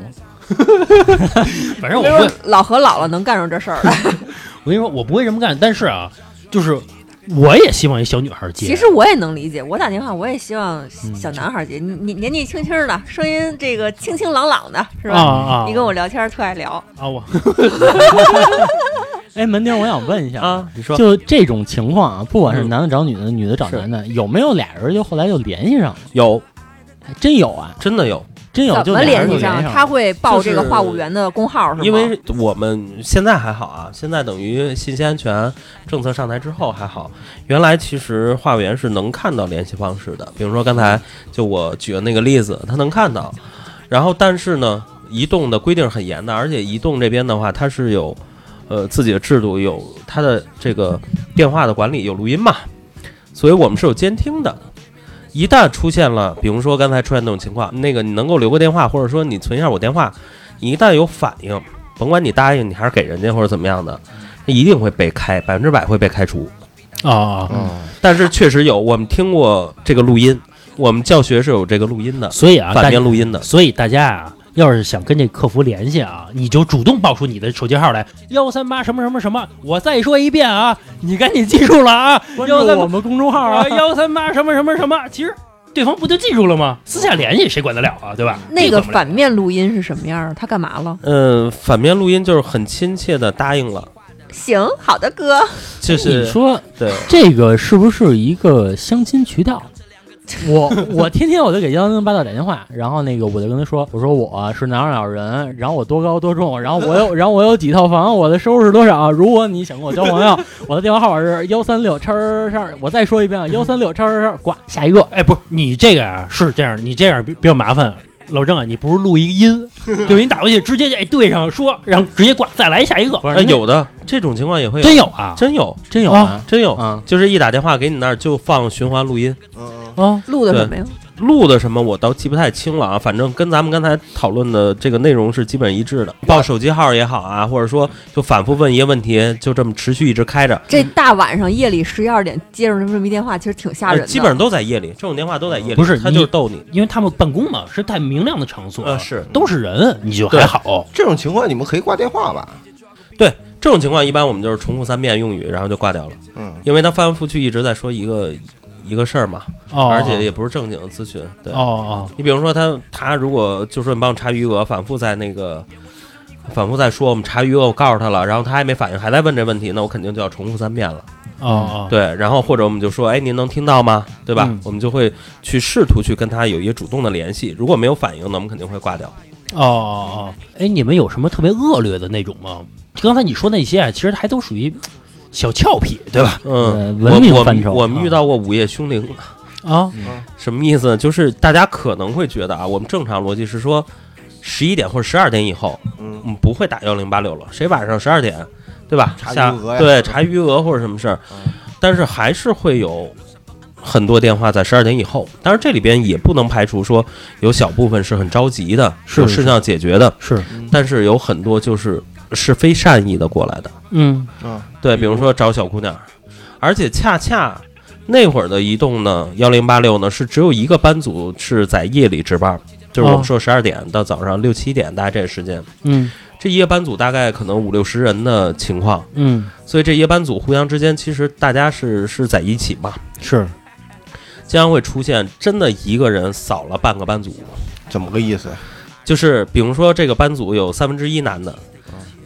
C: 反正我
E: 比
C: 不会
E: 如说，老何老了能干上这事儿来，
C: 我跟你说，我不会这么干，但是啊，就是我也希望一小女孩接。
E: 其实我也能理解。我打电话，我也希望小男孩儿接。你你年纪轻轻的，声音这个清清朗朗的，是
C: 啊
E: 吧？
C: 啊，
E: 你跟我聊天儿特爱聊，
C: 啊我
G: 哎，门丁，我想问一下
F: 啊你说
G: 就这种情况啊，不管是
F: 嗯
G: 男的找女的，女的找
F: 是
G: 男的，有没有俩人就后来就联系上了？
F: 有，
G: 还真有啊，
F: 真的有。
G: 真有
E: 怎
G: 就
E: 么
G: 俩人
E: 联
G: 就
E: 系
G: 联
E: 上？
G: 了
E: 他会报这个
F: 就是
E: 话务员的工号是吗？
F: 因为我们现在还好啊，现在等于信息安全政策上台之后还好。原来其实话务员是能看到联系方式的，比如说刚才就我举的那个例子，他能看到。然后但是呢，移动的规定很严的，而且移动这边的话，它是有呃自己的制度，有它的这个电话的管理，有录音嘛，所以我们是有监听的。一旦出现了，比如说刚才出现那种情况，那个你能够留个电话，或者说你存一下我电话，你一旦有反应，甭管你答应你还是给人家或者怎么样的，那一定会被开，百分之百会被开除。
C: 啊，
H: 嗯
F: 但是确实有，我们听过这个录音，我们教学是有这个录音的，
C: 所以啊，
F: 反
C: 大
F: 面
C: 家
F: 录音的。
C: 所以大家啊，要是想跟这客服联系啊，你就主动报出你的手机号来，幺三八什么什么什么，我再说一遍啊，你赶紧记住了啊，
G: 关
C: 幺
G: 注
C: 三
G: 我们公众号啊
C: 八， 幺三八什么什么什么，其实对方不就记住了吗？私下联系谁管得了啊，对吧？
E: 那
C: 这
E: 个
C: 管不了
E: 反面录音是什么样儿？他干嘛了？
F: 嗯，反面录音就是很亲切的答应了，
E: 行，好的，哥。
F: 就是
G: 你说
F: 对，
G: 这个是不是一个相亲渠道？ 我我天天我就给幺零八道打电话，然后那个我就跟他说，我说我是哪儿哪儿人，然后我多高多重，然后我 有然后我有几套房，我的收入是多少？如果你想跟我交朋友，我的电话号码是幺三六叉叉叉，我再说一遍啊，幺三六叉叉叉，挂下一个。
C: 哎，不是你这个啊，是这样，你这样比比较麻烦。老郑啊，你不如录一个音，就是你打过去直接哎对上说，然后直接挂，再来下一个。
G: 不
F: 呃，有的这种情况也会有，
G: 真有啊，
F: 真有
I: 真有
G: 啊
I: 啊
F: 真有，
I: 啊！
F: 就是一打电话给你那儿就放循环录音，
H: 嗯，
G: 啊，
E: 录的什么呀？
F: 录的什么我倒记不太清了啊，反正跟咱们刚才讨论的这个内容是基本一致的。报手机号也好啊，或者说就反复问一些问题，就这么持续一直开着，
E: 这大晚上夜里十一二点接着这么一电话，其实挺吓人
F: 呃
E: 的。
F: 基本上都在夜里，这种电话都在夜里，
G: 不是
F: 他
G: 你
F: 就是逗你，
G: 因为他们办公嘛是在明亮的场所，
F: 呃是
G: 都是人，你就还好。
H: 这种情况你们可以挂电话吧？
F: 对。这种情况一般我们就是重复三遍用语，然后就挂掉了，
H: 嗯，
F: 因为他翻来覆去一直在说一个一个事儿嘛，
G: 哦，
F: 而且也不是正经的咨询。对，
G: 哦哦，
F: 你比如说他他如果就说你帮我查余额，反复在那个反复在说我们查余额，我告诉他了，然后他还没反应，还在问这问题，那我肯定就要重复三遍了。
G: 哦哦，
F: 对，然后或者我们就说，哎，您能听到吗？对吧？
G: 嗯
F: 我们就会去试图去跟他有一些主动的联系。如果没有反应呢，我们肯定会挂掉。
G: 哦哦哦，哎，你们有什么特别恶劣的那种吗？刚才你说那些啊，其实还都属于小俏皮，对吧？
I: 呃
F: 嗯，
I: 文
F: 我
I: 明
F: 我
I: 范畴
F: 我们
I: 啊
F: 遇到过午夜凶铃，
G: 啊，
F: 什么意思呢？就是大家可能会觉得啊，我们正常逻辑是说，十一点或者十二点以后，
H: 嗯
F: 我们不会打幺零八六了。谁晚上十二点，对吧？
H: 查
F: 下
H: 余额呀
F: 对，查余额或者什么事儿，
H: 嗯
F: 但是还是会有。很多电话在十二点以后，当然这里边也不能排除说有小部分是很着急的，
G: 是
F: 有
G: 是
F: 事情要解决的，
G: 是，
F: 但是有很多就是是非善意的过来的，
G: 嗯
F: 对，比如说找小姑娘，而且恰恰那会儿的移动呢，幺零八六呢是只有一个班组是在夜里值班，就是我
G: 哦
F: 们说十二点到早上六七点，大概这个时间，
G: 嗯
F: 这一个班组大概可能五六十人的情况，
G: 嗯，
F: 所以这一个班组互相之间其实大家是是在一起嘛，
G: 是
F: 经常会出现真的一个人扫了半个班组，
H: 怎么个意思？
F: 就是比如说这个班组有三分之一男的，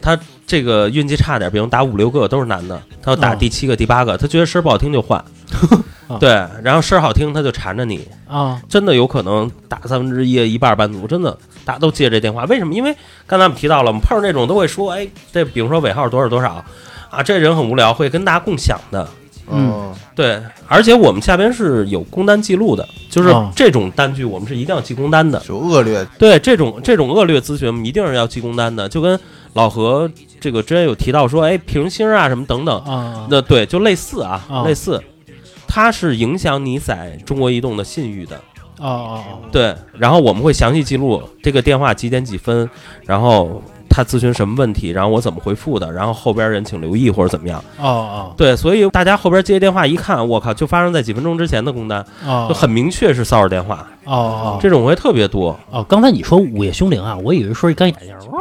F: 他这个运气差点，比如打五六个都是男的，他要打
G: 哦
F: 第七个、第八个，他觉得声儿不好听就换
G: 啊。
F: 对，然后声儿好听，他就缠着你，
G: 啊，
F: 真的有可能打三分之一、一半班组，真的大家都接这电话。为什么？因为刚才我们提到了，我们碰上这种都会说，哎，这比如说尾号多少多少啊，这人很无聊，会跟大家共享的。
H: 嗯，
F: 对，而且我们下边是有工单记录的，就是
G: 哦
F: 这种单据我们是一定要记工单的。
H: 就恶劣，
F: 对这种这种恶劣咨询，我们一定是要记工单的。就跟老何这个之前有提到说，哎，平星啊什么等等，
G: 啊，
F: 那对就类似啊，
G: 啊
F: 类似，它是影响你在中国移动的信誉的。
G: 哦哦
F: 对，然后我们会详细记录这个电话几点几分，然后他咨询什么问题，然后我怎么回复的，然后后边人请留意或者怎么样。
G: 哦哦
F: 对，所以大家后边接电话一看，我靠，就发生在几分钟之前的工单，
G: 哦，
F: 就很明确是骚扰电话，
G: 哦哦
F: 这种会特别多。
G: 哦，刚才你说午夜凶铃啊，我以为说是刚一打电话，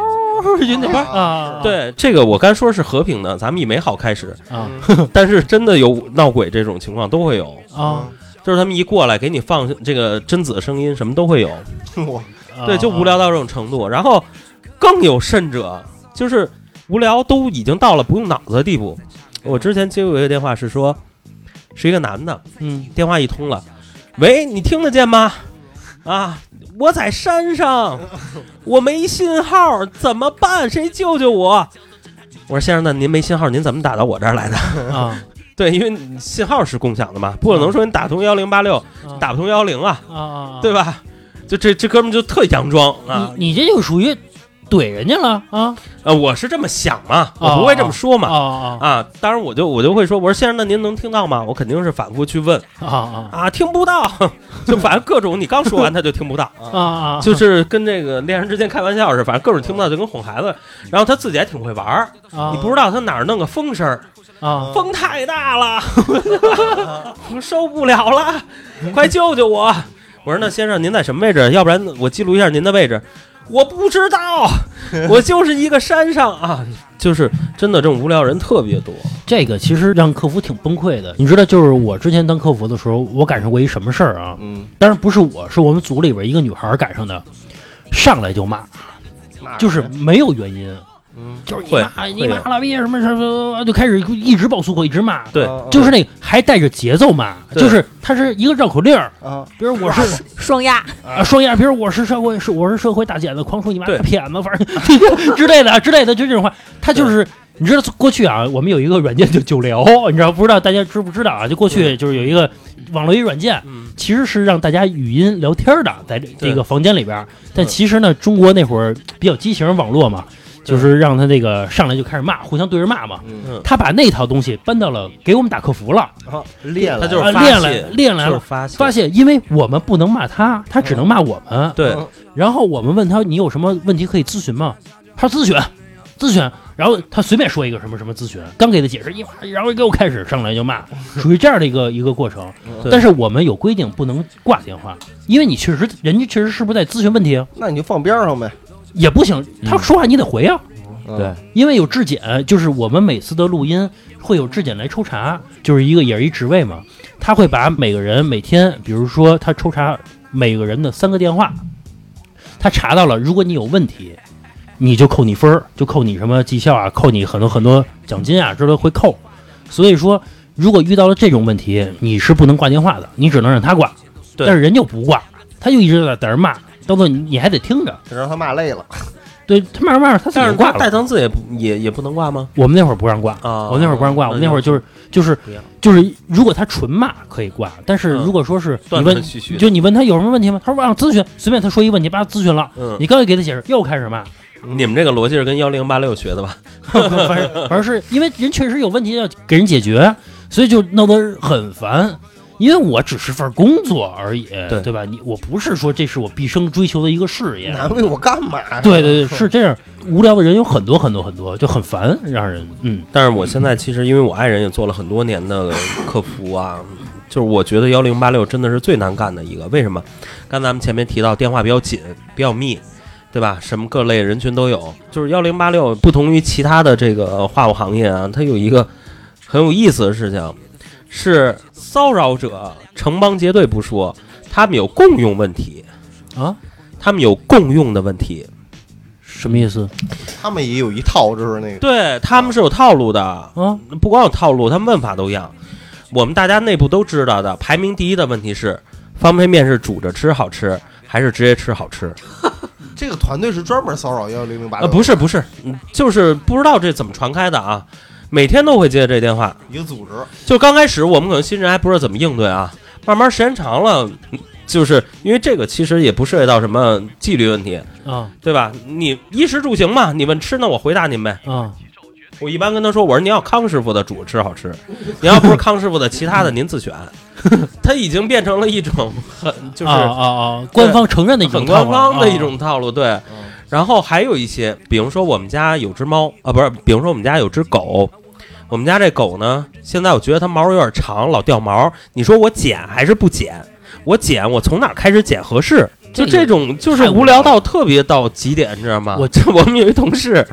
F: 云顶
G: 啊，
F: 对，这个我刚说是和平的，咱们以美好开始，
G: 啊
F: 但是真的有闹鬼这种情况都会有，
G: 啊，
F: 就是他们一过来给你放这个贞子的声音，什么都会有，
H: 我
G: 啊
F: 对，就无聊到这种程度。然后更有甚者，就是无聊都已经到了不用脑子的地步。我之前接过一个电话是说，是一个男的，
G: 嗯
F: 电话一通了，喂，你听得见吗？啊，我在山上，我没信号，怎么办？谁救救我？我说先生，那您没信号，您怎么打到我这儿来的？
G: 啊
F: 对，因为你信号是共享的嘛，不可能说你打通幺零八六，打不通幺零啊，
G: 啊，
F: 对吧？就这这哥们就特佯装啊，
G: 你你这就属于怼人家了啊
F: 呃，我是这么想嘛，我不会这么说嘛，
G: 啊
F: 啊，当然我就我就会说，我说先生，那您能听到吗？我肯定是反复去问
G: 啊啊
F: 啊，听不到， 就反正各种你刚说完他就听不到，
G: 啊 啊，
F: 就是跟这个恋人之间开玩笑似的，反正各种听不到就跟哄孩子，然后他自己还挺会玩儿，你不知道他哪儿弄个风声儿，
G: 啊
F: 风太大了，我受不了了，快救救我！我说那先生您在什么位置？要不然我记录一下您的位置。我不知道，我就是一个山上啊， 就是真的这种无聊人特别多。
G: 这个其实让客服挺崩溃的。你知道，就是我之前当客服的时候，我赶上过一什么事儿啊？
H: 嗯，
G: 当然不是我，是我们组里边一个女孩赶上的，上来就骂，就是没有原因，
H: 嗯，
G: 就是你
F: 会
G: 妈你妈了逼什么什么，就开始一直爆粗口，一直骂。
F: 对，
G: 就是那个还带着节奏骂，
F: 对
G: 就是它是一个绕口令儿，
H: 啊，
G: 比如我是
E: 双压，
G: 啊双眼皮儿，我是社会是我是社会大姐子，狂说你妈
F: 对
G: 大骗子，反正之类的之类的，就这种话，他就是。你知道过去啊，我们有一个软件叫九聊，你知道不知道？大家知不知道啊？就过去就是有一个网络语软件，
F: 嗯，
G: 其实是让大家语音聊天的，在这
F: 对
G: 这个房间里边儿。但其实呢，中国那会儿比较畸形网络嘛，就是让他那个上来就开始骂，互相对着骂嘛。
H: 嗯
G: 他把那套东西搬到了给我们打客服了，
H: 啊，练
F: 他
H: 了，
F: 就是
G: 啊
F: 发泄
G: 练了练来
F: 就是嗯
G: 了。
F: 发泄
G: 发现，因为我们不能骂他，他只能骂我们。
F: 对，
G: 然后我们问他，你有什么问题可以咨询吗？他说咨询，咨询。然后他随便说一个什么什么咨询，刚给他解释一，然后又给我开始上来就骂，属于这样的一个一个过程。
F: 对
G: 但是我们有规定，不能挂电话，因为你确实人家确实是不是在咨询问题啊，
H: 那你就放边上呗。
G: 也不行，他说话你得回啊。
H: 嗯
I: 对，
G: 因为有质检，就是我们每次的录音会有质检来抽查，就是一个也是一职位嘛，他会把每个人每天，比如说他抽查每个人的三个电话，他查到了，如果你有问题，你就扣你分儿，就扣你什么绩效啊，扣你很多很多奖金啊，这都会扣。所以说，如果遇到了这种问题，你是不能挂电话的，你只能让他挂，
F: 对
G: 但是人就不挂，他就一直在在那儿骂，到最后你你还得听着，
H: 这让他骂累了。
G: 对他慢慢慢慢他自
F: 但
G: 己
F: 是
G: 就挂
F: 挂
G: 了。嗯
F: 带脏字也不也也不能挂吗？
G: 我们那会儿不让挂
F: 啊
G: 我们那会儿不让挂，我们那会儿就是就是
F: 不要嗯
G: 就是，如果他纯骂可以挂，但是如果说是你
F: 断断
G: 问，
F: 续续的，
G: 就你问他有什么问题吗？他说啊，咨询，随便他说一问题，把他咨询了，
F: 嗯，
G: 你刚才给他解释，又开 始骂，
F: 你们这个逻辑是跟幺零八六学的吧？
G: 反正反正是因为人确实有问题要给人解决，所以就闹得很烦。因为我只是份工作而已，对
F: 对
G: 吧？你我不是说这是我毕生追求的一个事业，
H: 难为我干嘛呀？
G: 对对对，是这样。无聊的人有很多很多很多，就很烦，让人嗯
F: 但是我现在其实因为我爱人也做了很多年的客服啊，就是我觉得幺零八六真的是最难干的一个。为什么？刚才咱们前面提到电话比较紧，比较密，对吧？什么各类人群都有。就是幺零八六不同于其他的这个话务行业啊，它有一个很有意思的事情，是骚扰者成帮结队不说，他们有共用问题，
G: 啊，
F: 他们有共用的问题。
G: 什么意思
H: 他们也有一套，就是那个
F: 对，他们是有套路的，
G: 啊？
F: 不光有套路，他们问法都一样。我们大家内部都知道的，排名第一的问题是方便面是煮着吃好吃，还是直接吃好吃？
H: 这个团队是专门骚扰幺零零八
F: 呃，不是不是，嗯就是不知道这怎么传开的啊。每天都会接这电话，
H: 一个组织，
F: 就刚开始我们可能新人还不知道怎么应对啊，慢慢时间长了，嗯就是因为这个其实也不涉及到什么纪律问题，
G: 啊
F: 对吧？你衣食住行嘛，你问吃那我回答您呗。
G: 啊
F: 我一般跟他说，我说您要康师傅的煮吃好吃，您要不是康师傅的，其他的您自选。 他已经变成了一种很就是
G: 啊啊啊！官方承认的一种
F: 很
G: 套
F: 官
G: 路
F: 方的一
G: 啊
F: 种套路，对
H: 嗯。
F: 然后还有一些，比如说我们家有只猫啊，不是，比如说我们家有只狗，我们家这狗呢，现在我觉得它毛有点长，老掉毛。你说我剪还是不剪？我剪，我从哪儿开始剪合适？就
G: 这个
F: 这种，就是
G: 太无
F: 无聊
G: 聊
F: 到特别到极点，你知道吗？
G: 我
F: 这 我们有一同事，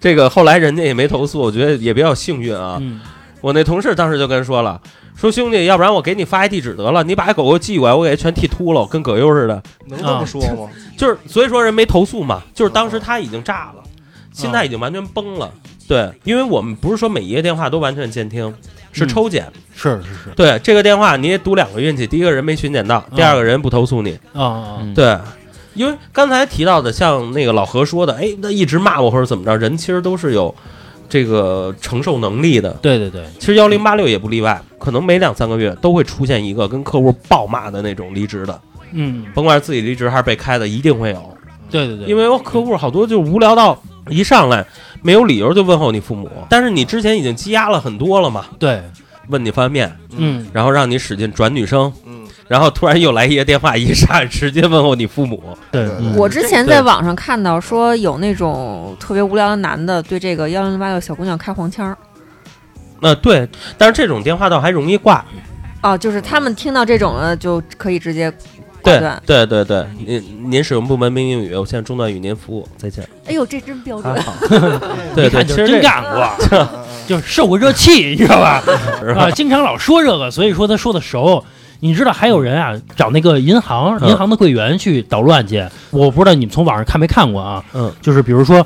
F: 这个后来人家也没投诉，我觉得也比较幸运啊。
G: 嗯
F: 我那同事当时就跟说了，说兄弟，要不然我给你发一地址得了，你把狗狗寄过来，我给它全剃秃了，跟葛优似的。
H: 能这么说吗？
F: 就是所以说人没投诉嘛，
G: 嗯
F: 就是当时他已经炸了，现在已经完全崩了。
G: 嗯
F: 对，因为我们不是说每一个电话都完全监听，是抽检。
G: 嗯是是嗯是
F: 对，这个电话你也赌两个运气，第一个人没巡检到，第二个人不投诉你。
G: 啊啊
I: 嗯
F: 对，因为刚才提到的，像那个老何说的，哎，那一直骂我或者怎么着，人其实都是有这个承受能力的。
G: 对对对，
F: 其实幺零八六也不例外，可能每两三个月都会出现一个跟客户暴骂的那种离职的，
G: 嗯，
F: 甭管是自己离职还是被开的，一定会有。
G: 对对对，
F: 因为我客户好多就无聊到一上来没有理由就问候你父母，但是你之前已经积压了很多了嘛，
G: 对，
F: 问你方便面，
G: 嗯，
F: 然后让你使劲转女生，
H: 嗯，
F: 然后突然又来一个电话，一上来直接问候你父母，
G: 对
H: 对
I: 嗯
E: 我之前在网上看到说有那种特别无聊的男的对这个幺零八六小姑娘开黄腔儿
F: 那、对，但是这种电话倒还容易挂，
E: 啊，就是他们听到这种了就可以直接挂
F: 对
E: 断。
F: 对对对，您您使用部门命令语，我现在中断与您服务，再见。
E: 哎呦，这真标
F: 啊
E: 准！
F: 好，对对，
G: 看
F: 其
G: 就
F: 实
G: 是
F: 这
G: 真干过， 就是受过热气，你知道吧？
F: 是吧
G: 啊，经常老说这个，所以说他说的熟。你知道还有人啊找那个银行
F: 嗯
G: 银行的柜员去捣乱去，我不知道你们从网上看没看过啊？
F: 嗯，
G: 就是比如说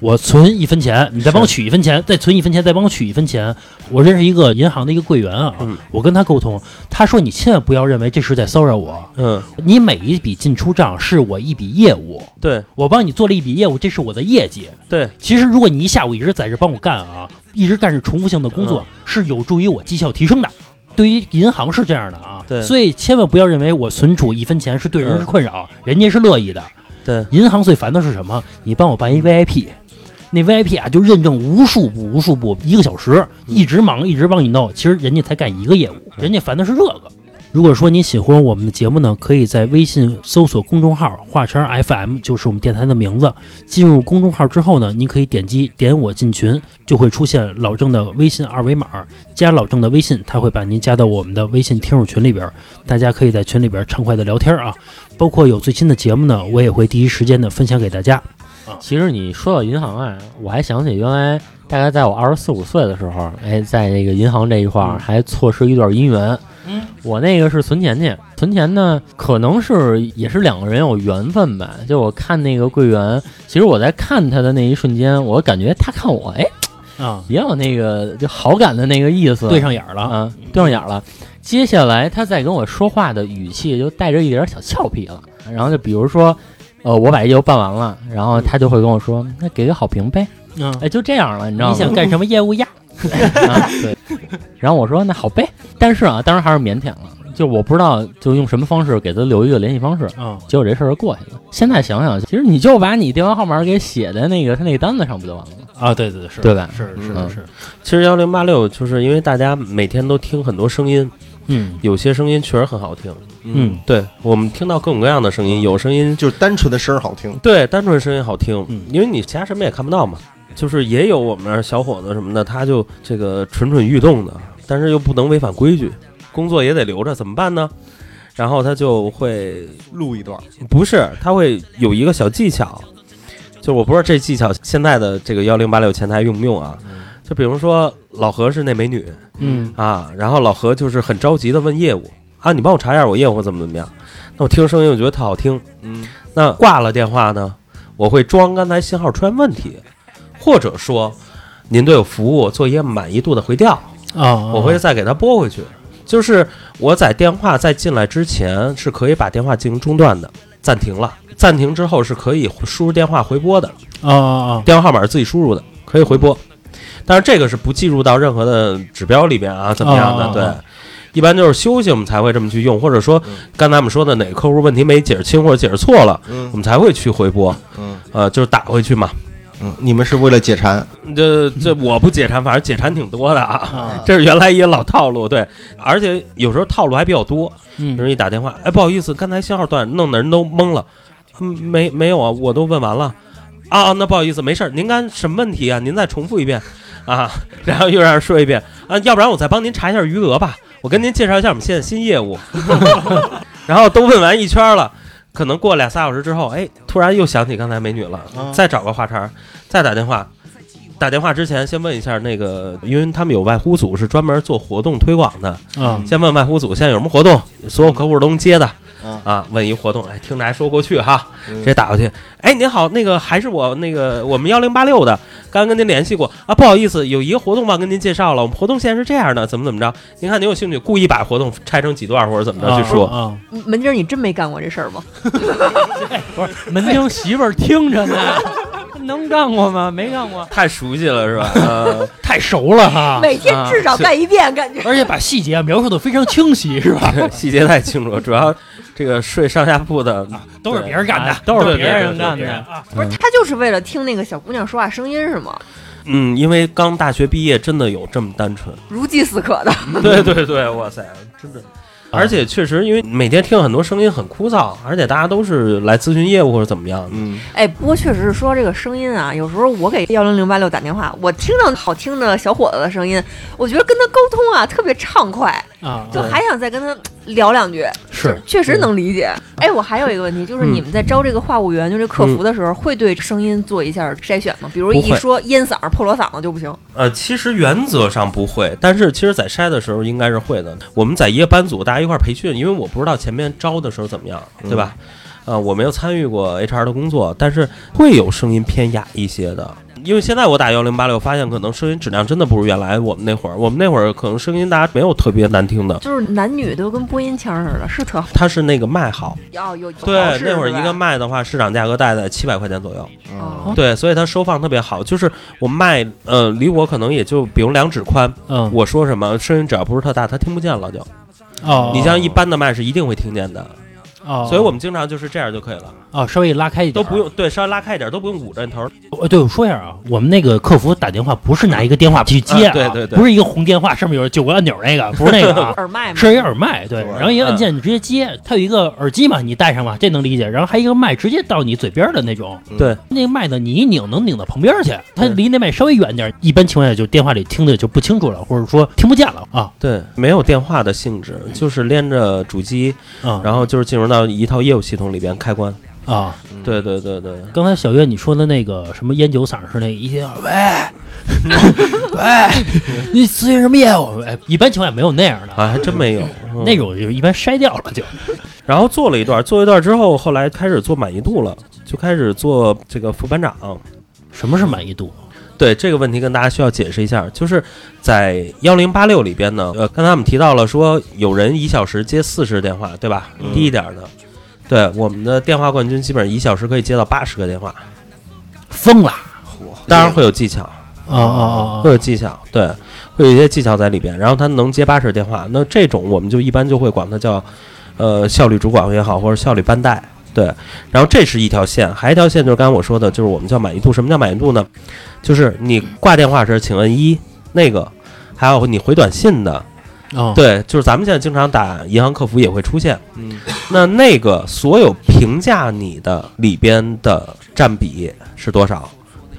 G: 我存一分钱，你再帮我
F: 是
G: 取一分钱，再存一分钱，再帮我取一分钱。我认识一个银行的一个柜员啊，
F: 嗯
G: 我跟他沟通，他说你千万不要认为这是在骚扰我，
F: 嗯，
G: 你每一笔进出账是我一笔业务，
F: 对
G: 我帮你做了一笔业务，这是我的业绩。
F: 对，
G: 其实如果你一下午一直在这帮我干啊，一直干是重复性的工作，是有助于我绩效提升的。对于银行是这样的啊，
F: 对
G: 所以千万不要认为我存储一分钱是对人是困扰，人家是乐意的。
F: 对，
G: 银行最烦的是什么？你帮我办一 VIP，那 VIP 啊就认证无数步无数步，一个小时一直忙一直帮你弄，其实人家才干一个业务，人家烦的是这个。如果说您喜欢我们的节目呢，可以在微信搜索公众号“画圈 FM”，就是我们电台的名字。进入公众号之后呢，您可以点击“点我进群”，就会出现老郑的微信二维码，加老郑的微信，他会把您加到我们的微信听友群里边儿，大家可以在群里边儿畅快的聊天啊。包括有最新的节目呢，我也会第一时间的分享给大家。
I: 其实你说到银行啊，我还想起原来大概在我二十四五岁的时候，哎，在这个银行这一块
G: 嗯
I: 儿还错失一段姻缘。嗯，我那个是存钱去，存钱呢，可能是也是两个人有缘分吧。就我看那个柜员，其实我在看他的那一瞬间，我感觉他看我，哎，
G: 啊，
I: 也有那个就好感的那个意思，
G: 对上眼儿
F: 嗯
G: 了啊，
I: 啊，对上眼儿了。接下来他再跟我说话的语气就带着一点儿小俏皮了，然后就比如说，呃，我把这业务办完了，然后他就会跟我说，那给个好评呗，
G: 嗯，
I: 哎，就这样了，你知道
G: 你
I: 吗？
G: 想干什么业务呀？
I: 啊， 对。然后我说那好呗，但是啊，当时还是腼腆了，就我不知道就用什么方式给他留一个联系方式，
C: 嗯
G: 啊，
I: 结果这事儿就过去了。现在想想，其实你就把你电话号码给写在那个他那个单子上不就完了吗？
G: 啊，对对对，是
I: 对吧
G: 是是
I: 嗯
G: 是，
F: 其实幺零八六就是因为大家每天都听很多声音，
G: 嗯
F: 有些声音确实很好听。
G: 嗯，
F: 对我们听到各种各样的声音，有声音
H: 就是单纯的声儿好听。
F: 对单纯声音好听
G: 嗯，
F: 因为你其他什么也看不到嘛。就是也有我们小伙子什么的，他就这个蠢蠢欲动的，但是又不能违反规矩，工作也得留着，怎么办呢？然后他就会
H: 录一段，
F: 不是，他会有一个小技巧，就我不知道这技巧现在的这个幺零八六前台用不用啊？就比如说老何是那美女
G: 嗯
F: 啊，然后老何就是很着急的问业务啊，你帮我查一下我业务怎么怎么样？那我听声音我觉得特好听，
H: 嗯，
F: 那挂了电话呢，我会装刚才信号出现问题，或者说您对我服务做一个满意度的回调，
G: 啊，
F: 我会再给他拨回去。就是我在电话在进来之前是可以把电话进行中断的，暂停了。暂停之后是可以输入电话回拨的，
G: 啊啊啊，
F: 电话号码是自己输入的，可以回拨。但是这个是不计入到任何的指标里边啊，怎么样
G: 哦
F: 的？
G: 哦
F: 对
G: 哦，
F: 一般就是休息我们才会这么去用，或者说刚才我们说的哪个客户问题没解释清或者解释错了，我
H: 嗯
F: 们才会去回拨，
H: 嗯
F: 呃，就是打回去嘛。
H: 嗯，你们是为了解馋，
F: 这这我不解馋，反正解馋挺多的啊
H: 啊，
F: 这是原来一个老套路，对，而且有时候套路还比较多。比如
G: 嗯
F: 一打电话，哎，不好意思，刚才信号断，弄得人都懵了。嗯，没没有啊，我都问完了。啊，那不好意思，没事儿，您刚什么问题啊？您再重复一遍啊，然后又让人说一遍啊，要不然我再帮您查一下余额吧。我跟您介绍一下我们现在新业务。 然后都问完一圈了，可能过俩仨小时之后，哎，突然又想起刚才美女了，
H: 啊
F: 再找个话茬儿，再打电话。打电话之前先问一下那个，因为他们有外呼组是专门做活动推广的，
G: 啊
F: 先问外呼组现在有什么活动，所有客户都能接的
H: 嗯
F: 啊。问一活动，哎，听着还说过去哈，
H: 嗯
F: 直接打过去。哎，您好，那个还是我那个我们幺零八六的，刚刚跟您联系过啊，不好意思，有一个活动忘跟您介绍了，我们活动现在是这样的，怎么怎么着？您看您有兴趣，故意把活动拆成几段或者怎么着去说。
G: 啊，
E: 门钉儿，你真没干过这事儿吗？
I: 门厅媳妇儿听着呢，能干过吗？没干过。
F: 太熟悉了 是吧？呃，
G: 太熟了
F: 啊
G: 哈，
E: 每天至少干一遍，感觉。
G: 而且把细节描述的非常清晰，是吧？
F: 细节太清楚了，主要这个睡上下铺的，
G: 都是别人干的
I: 啊，都是
F: 对
I: 别人
F: 对对
I: 干
F: 对
I: 的
G: 啊，
E: 不是，他就是为了听那个小姑娘说话声音是吗？
F: 嗯，因为刚大学毕业，真的有这么单纯。
E: 如饥似渴的。
F: 对对对，哇塞，真的。而且确实，因为每天听很多声音很枯燥，而且大家都是来咨询业务或者怎么样的。
H: 嗯，
E: 哎，不过确实是说这个声音啊，有时候我给幺零零八六打电话，我听到好听的小伙子的声音，我觉得跟他沟通啊特别畅快，
G: 啊
E: 就还想再跟他聊两句，
G: 是
E: 确实能理解。哎，我还有一个问题，就是你们在招这个话务员，就这客服的时候，会对声音做一下筛选吗？比如
F: 不
E: 一
F: 会
E: 说烟嗓儿、破锣嗓子就不行。
F: 呃，其实原则上不会，但是其实在筛的时候应该是会的。我们在一个班组，大家一块儿培训，因为我不知道前面招的时候怎么样，对吧？呃，我没有参与过 HR 的工作，但是会有声音偏哑一些的。因为现在我打幺零八六，发现可能声音质量真的不如原来我们那会儿。我们那会儿可能声音大家没有特别难听的，
E: 就是男女都跟播音腔似的，是特好。
F: 它是那个麦好，
E: 哦，有有
F: 对
E: 好事，
F: 那会儿
E: 是吧
F: 一个卖的话，市场价格大概在七百块钱左右。
H: 嗯
E: 哦
F: 对，所以它收放特别好，就是我卖，呃，离我可能也就比如两指宽，
G: 嗯，
F: 我说什么声音只要不是特大，它听不见了就。
G: 哦，
F: 你像一般的麦是一定会听见的，
G: 哦，
F: 所以我们经常就是这样就可以了，
G: 哦稍微拉开一
F: 都
G: 点，
F: 不。用对稍微拉开一点，都不用捂着头。
G: 呃，对，我说一下啊，我们那个客服打电话不是拿一个电话去接、啊
F: 啊对对对
G: 不是一个红电话，上面有九个按钮那个，不是那 个啊。
E: 耳麦嘛，
G: 是一耳麦，对，
H: 对
G: 然后一个按键你直接接，它有一个耳机嘛，你戴上嘛，这能理解。然后还有一个麦直接到你嘴边的那种，
F: 对，
G: 那个麦呢，你一拧能拧到旁边去，它
F: 对
G: 离那麦稍微远点，一般情况下就电话里听的就不清楚了，或者说听不见了啊
F: 对，没有电话的性质，就是连着主机，
G: 啊
F: 然后就是进入到一套业务系统里边开关。
G: 啊！
E: 嗯
F: 对对对对，
G: 刚才小月你说的那个什么烟酒嗓是那一呃天喂喂，你咨询什么业务？哎，一般情况下没有那样的，
F: 啊，还真没有、嗯
G: 那种就一般筛掉了就。
F: 然后做了一段，做一段之后，后来开始做满意度了，就开始做这个副班长。
G: 什么是满意度？
F: 对这个问题跟大家需要解释一下，就是在幺零八六里边呢，呃，刚才我们提到了说有人一小时接四十电话，对吧？
G: 嗯
F: 低一点的，对我们的电话冠军基本上一小时可以接到八十个电话，
G: 疯了！
F: 当然会哦有技巧，
G: 啊啊啊
F: 会！有技巧，对，会有一些技巧在里边。然后他能接八十电话，那这种我们就一般就会管它叫，呃，效率主管也好，或者效率班带，对。然后这是一条线，还有一条线就是刚才我说的，就是我们叫满意度。什么叫满意度呢？就是你挂电话时，请摁一，那个，还有你回短信的，
G: 啊，
F: 对，就是咱们现在经常打银行客服也会出现。
H: 嗯，
F: 那那个所有评价你的里边的占比是多少？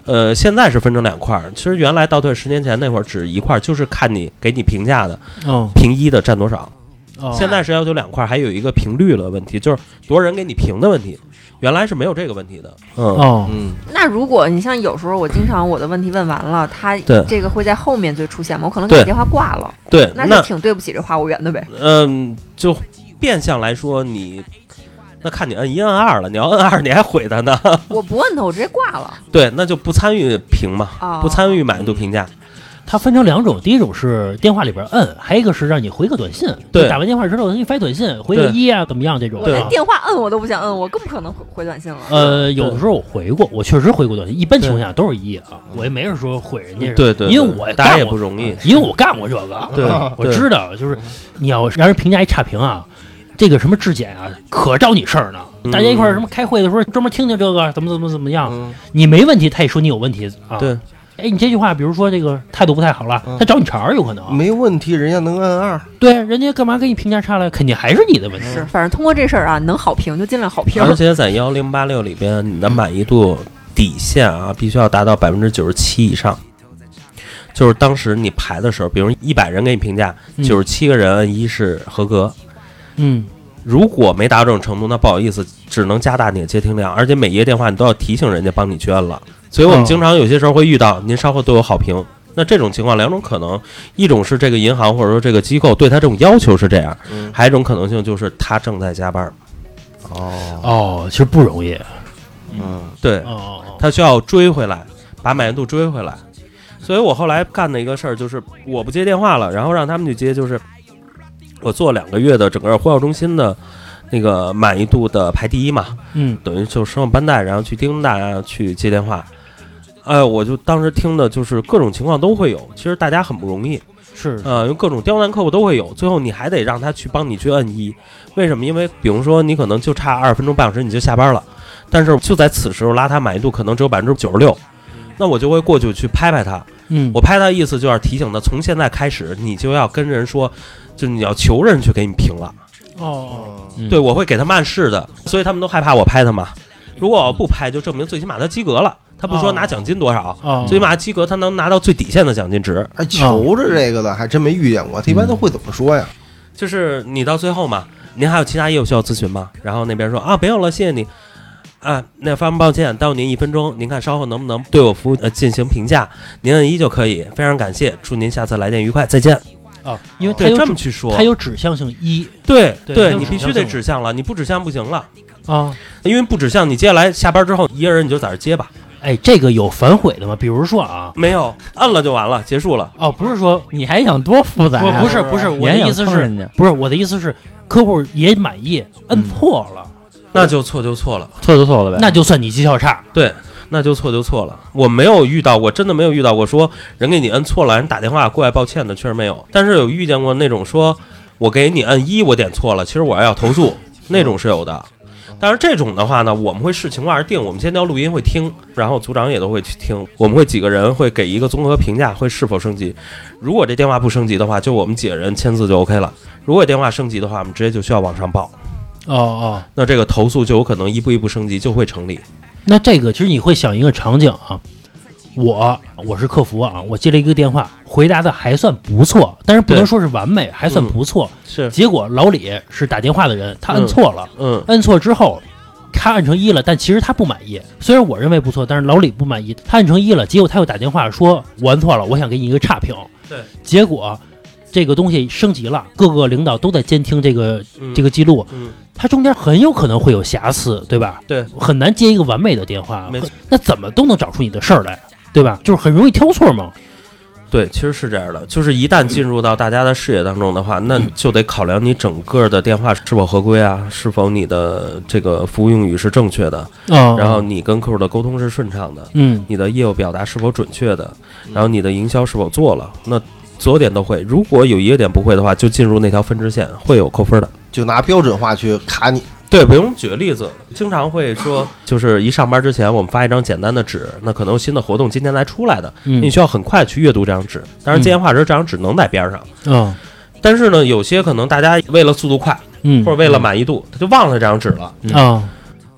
F: 呃，现在是分成两块儿。其实原来倒退十年前那会儿只一块儿，就是看你给你评价的
G: 嗯，
F: 评一的占多少。
G: 哦
F: 现在是要求两块儿，还有一个评率的问题，就是多少人给你评的问题。原来是没有这个问题的。嗯，
G: 哦
H: 嗯，
E: 那如果你像有时候我经常我的问题问完了，他
F: 对
E: 这个会在后面最出现吗？我可能给
F: 对
E: 你电话挂了，
F: 对，
E: 那
F: 那
E: 是挺对不起这花务员的呗。
F: 嗯，就变相来说，你那看你摁一摁二了，你要摁二，你还毁他呢。
E: 我不问他，我直接挂了
F: 对，那就不参与评嘛，
E: 啊。
F: 不参与满意度评价。
G: 哦它分成两种，第一种是电话里边摁，还有一个是让你回个短信。
F: 对
G: 就打完电话之后，你发一短信，回个
F: 对
G: 一啊，怎么样这种
E: 我
F: 对
E: 连
G: 啊。
E: 电话摁我都不想摁，我更不可能回回短信了。
G: 呃，有的时候我回过，我确实回过短信，一般情况下都是一啊，我也没人说毁人家，
F: 对对对
G: 因为我
F: 大家
G: 干
F: 也
G: 过
F: 不容易
G: 因为我干过这个，啊
F: 对
G: 我
F: 对
G: 知道，就是你要让人评价一差评啊，这个什么质检啊，可找你事儿呢。
F: 嗯
G: 大家一块儿什么开会的时候，专门听听这个怎么怎么怎么样，
H: 嗯
G: 你没问题，他也说你有问题啊。
F: 对，
G: 哎，你这句话，比如说这个态度不太好了，
H: 嗯
G: 他找你茬儿有可能啊。
H: 没问题，人家能按二，
G: 对，啊人家干嘛给你评价差了？肯定还是你的问题。
E: 是，反正通过这事儿啊，能好评就尽量好评。
F: 而且在幺零八六里边，你的满意度底线啊，必须要达到百分之九十七以上。就是当时你排的时候，比如一百人给你评价，
G: 嗯
F: 九十七个人按一是合格。
G: 嗯，
F: 如果没达到这种程度，那不好意思，只能加大你的接听量，而且每一个电话你都要提醒人家帮你去摁了。所以我们
G: 哦
F: 经常有些时候会遇到，您稍后都有好评。那这种情况两种可能，一种是这个银行或者说这个机构对他这种要求是这样，
H: 嗯，
F: 还有一种可能性就是他正在加班。
H: 哦，
G: 哦，其实不容易。
H: 嗯，
F: 对，
G: 哦哦
F: 他需要追回来，把满意度追回来。所以我后来干的一个事儿就是，我不接电话了，然后让他们去接，就是我做两个月的整个呼叫中心的那个满意度的排第一嘛，
G: 嗯
F: 等于就是升了班带，然后去盯大家去接电话。哎，我就当时听的就是各种情况都会有，其实大家很不容易，
G: 是
F: 呃，有各种刁难客户都会有，最后你还得让他去帮你去摁一，为什么？因为比如说你可能就差二十分钟、半小时你就下班了，但是就在此时候拉他满意度可能只有百分之九十六，那我就会过去去拍拍他，
G: 嗯
F: 我拍他意思就是提醒他，从现在开始你就要跟人说，就你要求人去给你评了，
G: 哦
I: 嗯
F: 对我会给他们暗示的，所以他们都害怕我拍他嘛。如果我不拍，就证明最起码他及格了，他不说
G: 嗯哦
F: 拿奖金多少，
G: 哦
F: 最起码及格他能拿到最底线的奖金值。
H: 还哎求着这个的，还真没遇见过。他一般都
F: 嗯
H: 会怎么说呀？
F: 就是你到最后嘛，您还有其他业务需要咨询吗？然后那边说啊，没有了，谢谢你。啊，那非常抱歉，耽误您一分钟，您看稍后能不能对我服务呃进行评价？您按一就可以，非常感谢，祝您下次来电愉快，再见。
G: 哦，因为他
F: 对，这
G: 有
F: 么
G: 指
F: 去说，
G: 他有指向性一
F: 对
G: 对
F: 对
G: 他有
F: 你
G: 指
F: 必须
G: 向
F: 得
G: 性
F: 指向了，你不指向不行了，
G: 啊。
F: 因为不指向，你接下来下班之后一个人你就在这儿接吧，
G: 哎，这个有反悔的吗？比如说啊，
F: 没有摁了就完了，结束了。
G: 哦，不是说
I: 你还想多复杂、
G: 不
I: 啊？
G: 不是不是，
I: 你
G: 我
I: 还
G: 的
I: 想
G: 意思
I: 坑
G: 是，
I: 人家
G: 不是我的意思是，客户也满意，
I: 嗯
G: 摁错了，
F: 那就错就错了，
I: 错就错了呗。
G: 那就算你绩效差。
F: 对，那就错就错了。我没有遇到过，真的没有遇到过说人给你摁错了，人打电话过来抱歉的， 确实没有。但是有遇见过那种说，我给你摁一，我点错了，其实我要投诉，那种是有的。但是这种的话呢，我们会视情况而定。我们先聊录音会听，然后组长也都会去听。我们会几个人会给一个综合评价，会是否升级。如果这电话不升级的话，就我们几个人签字就 OK 了。如果电话升级的话，我们直接就需要往上报。
G: 哦哦，
F: 那这个投诉就有可能一步一步升级，就会成立。
G: 那这个其实你会想一个场景啊，我我是客服啊，我接了一个电话，回答的还算不错，但是不能
F: 对
G: 说是完美，还算不错。
F: 是，
G: 结果老李是打电话的人，他按
F: 嗯
G: 错了，
F: 嗯，
G: 按错之后。他按成一了，但其实他不满意。虽然我认为不错，但是老李不满意。他按成一了，结果他又打电话说：“我按错了，我想给你一个差评。”
F: 对，
G: 结果这个东西升级了，各个领导都在监听这个这个记录，
F: 嗯，
G: 它中间很有可能会有瑕疵，对吧？
F: 对，
G: 很难接一个完美的电话
F: 没错，
G: 那怎么都能找出你的事儿来，对吧？就是很容易挑错嘛。
F: 对，其实是这样的，就是一旦进入到大家的视野当中的话，那就得考量你整个的电话是否合规啊，是否你的这个服务用语是正确的，
G: 啊
F: 然后你跟客户的沟通是顺畅的，
G: 嗯，
F: 你的业务表达是否准确的，然后你的营销是否做了，那所有点都会。如果有一个点不会的话，就进入那条分支线，会有扣分的。
H: 就拿标准化去卡你，
F: 对，比如举个例子，经常会说， 就是一上班之前，我们发一张简单的纸，那可能有新的活动今天才出来的，
G: 嗯
F: 你需要很快去阅读这张纸。当然，接电话时这张纸能在边上，
G: 嗯
F: 但是呢，有些可能大家为了速度快，
G: 嗯，
F: 或者为了满意度，他就忘了这张纸了。
G: 啊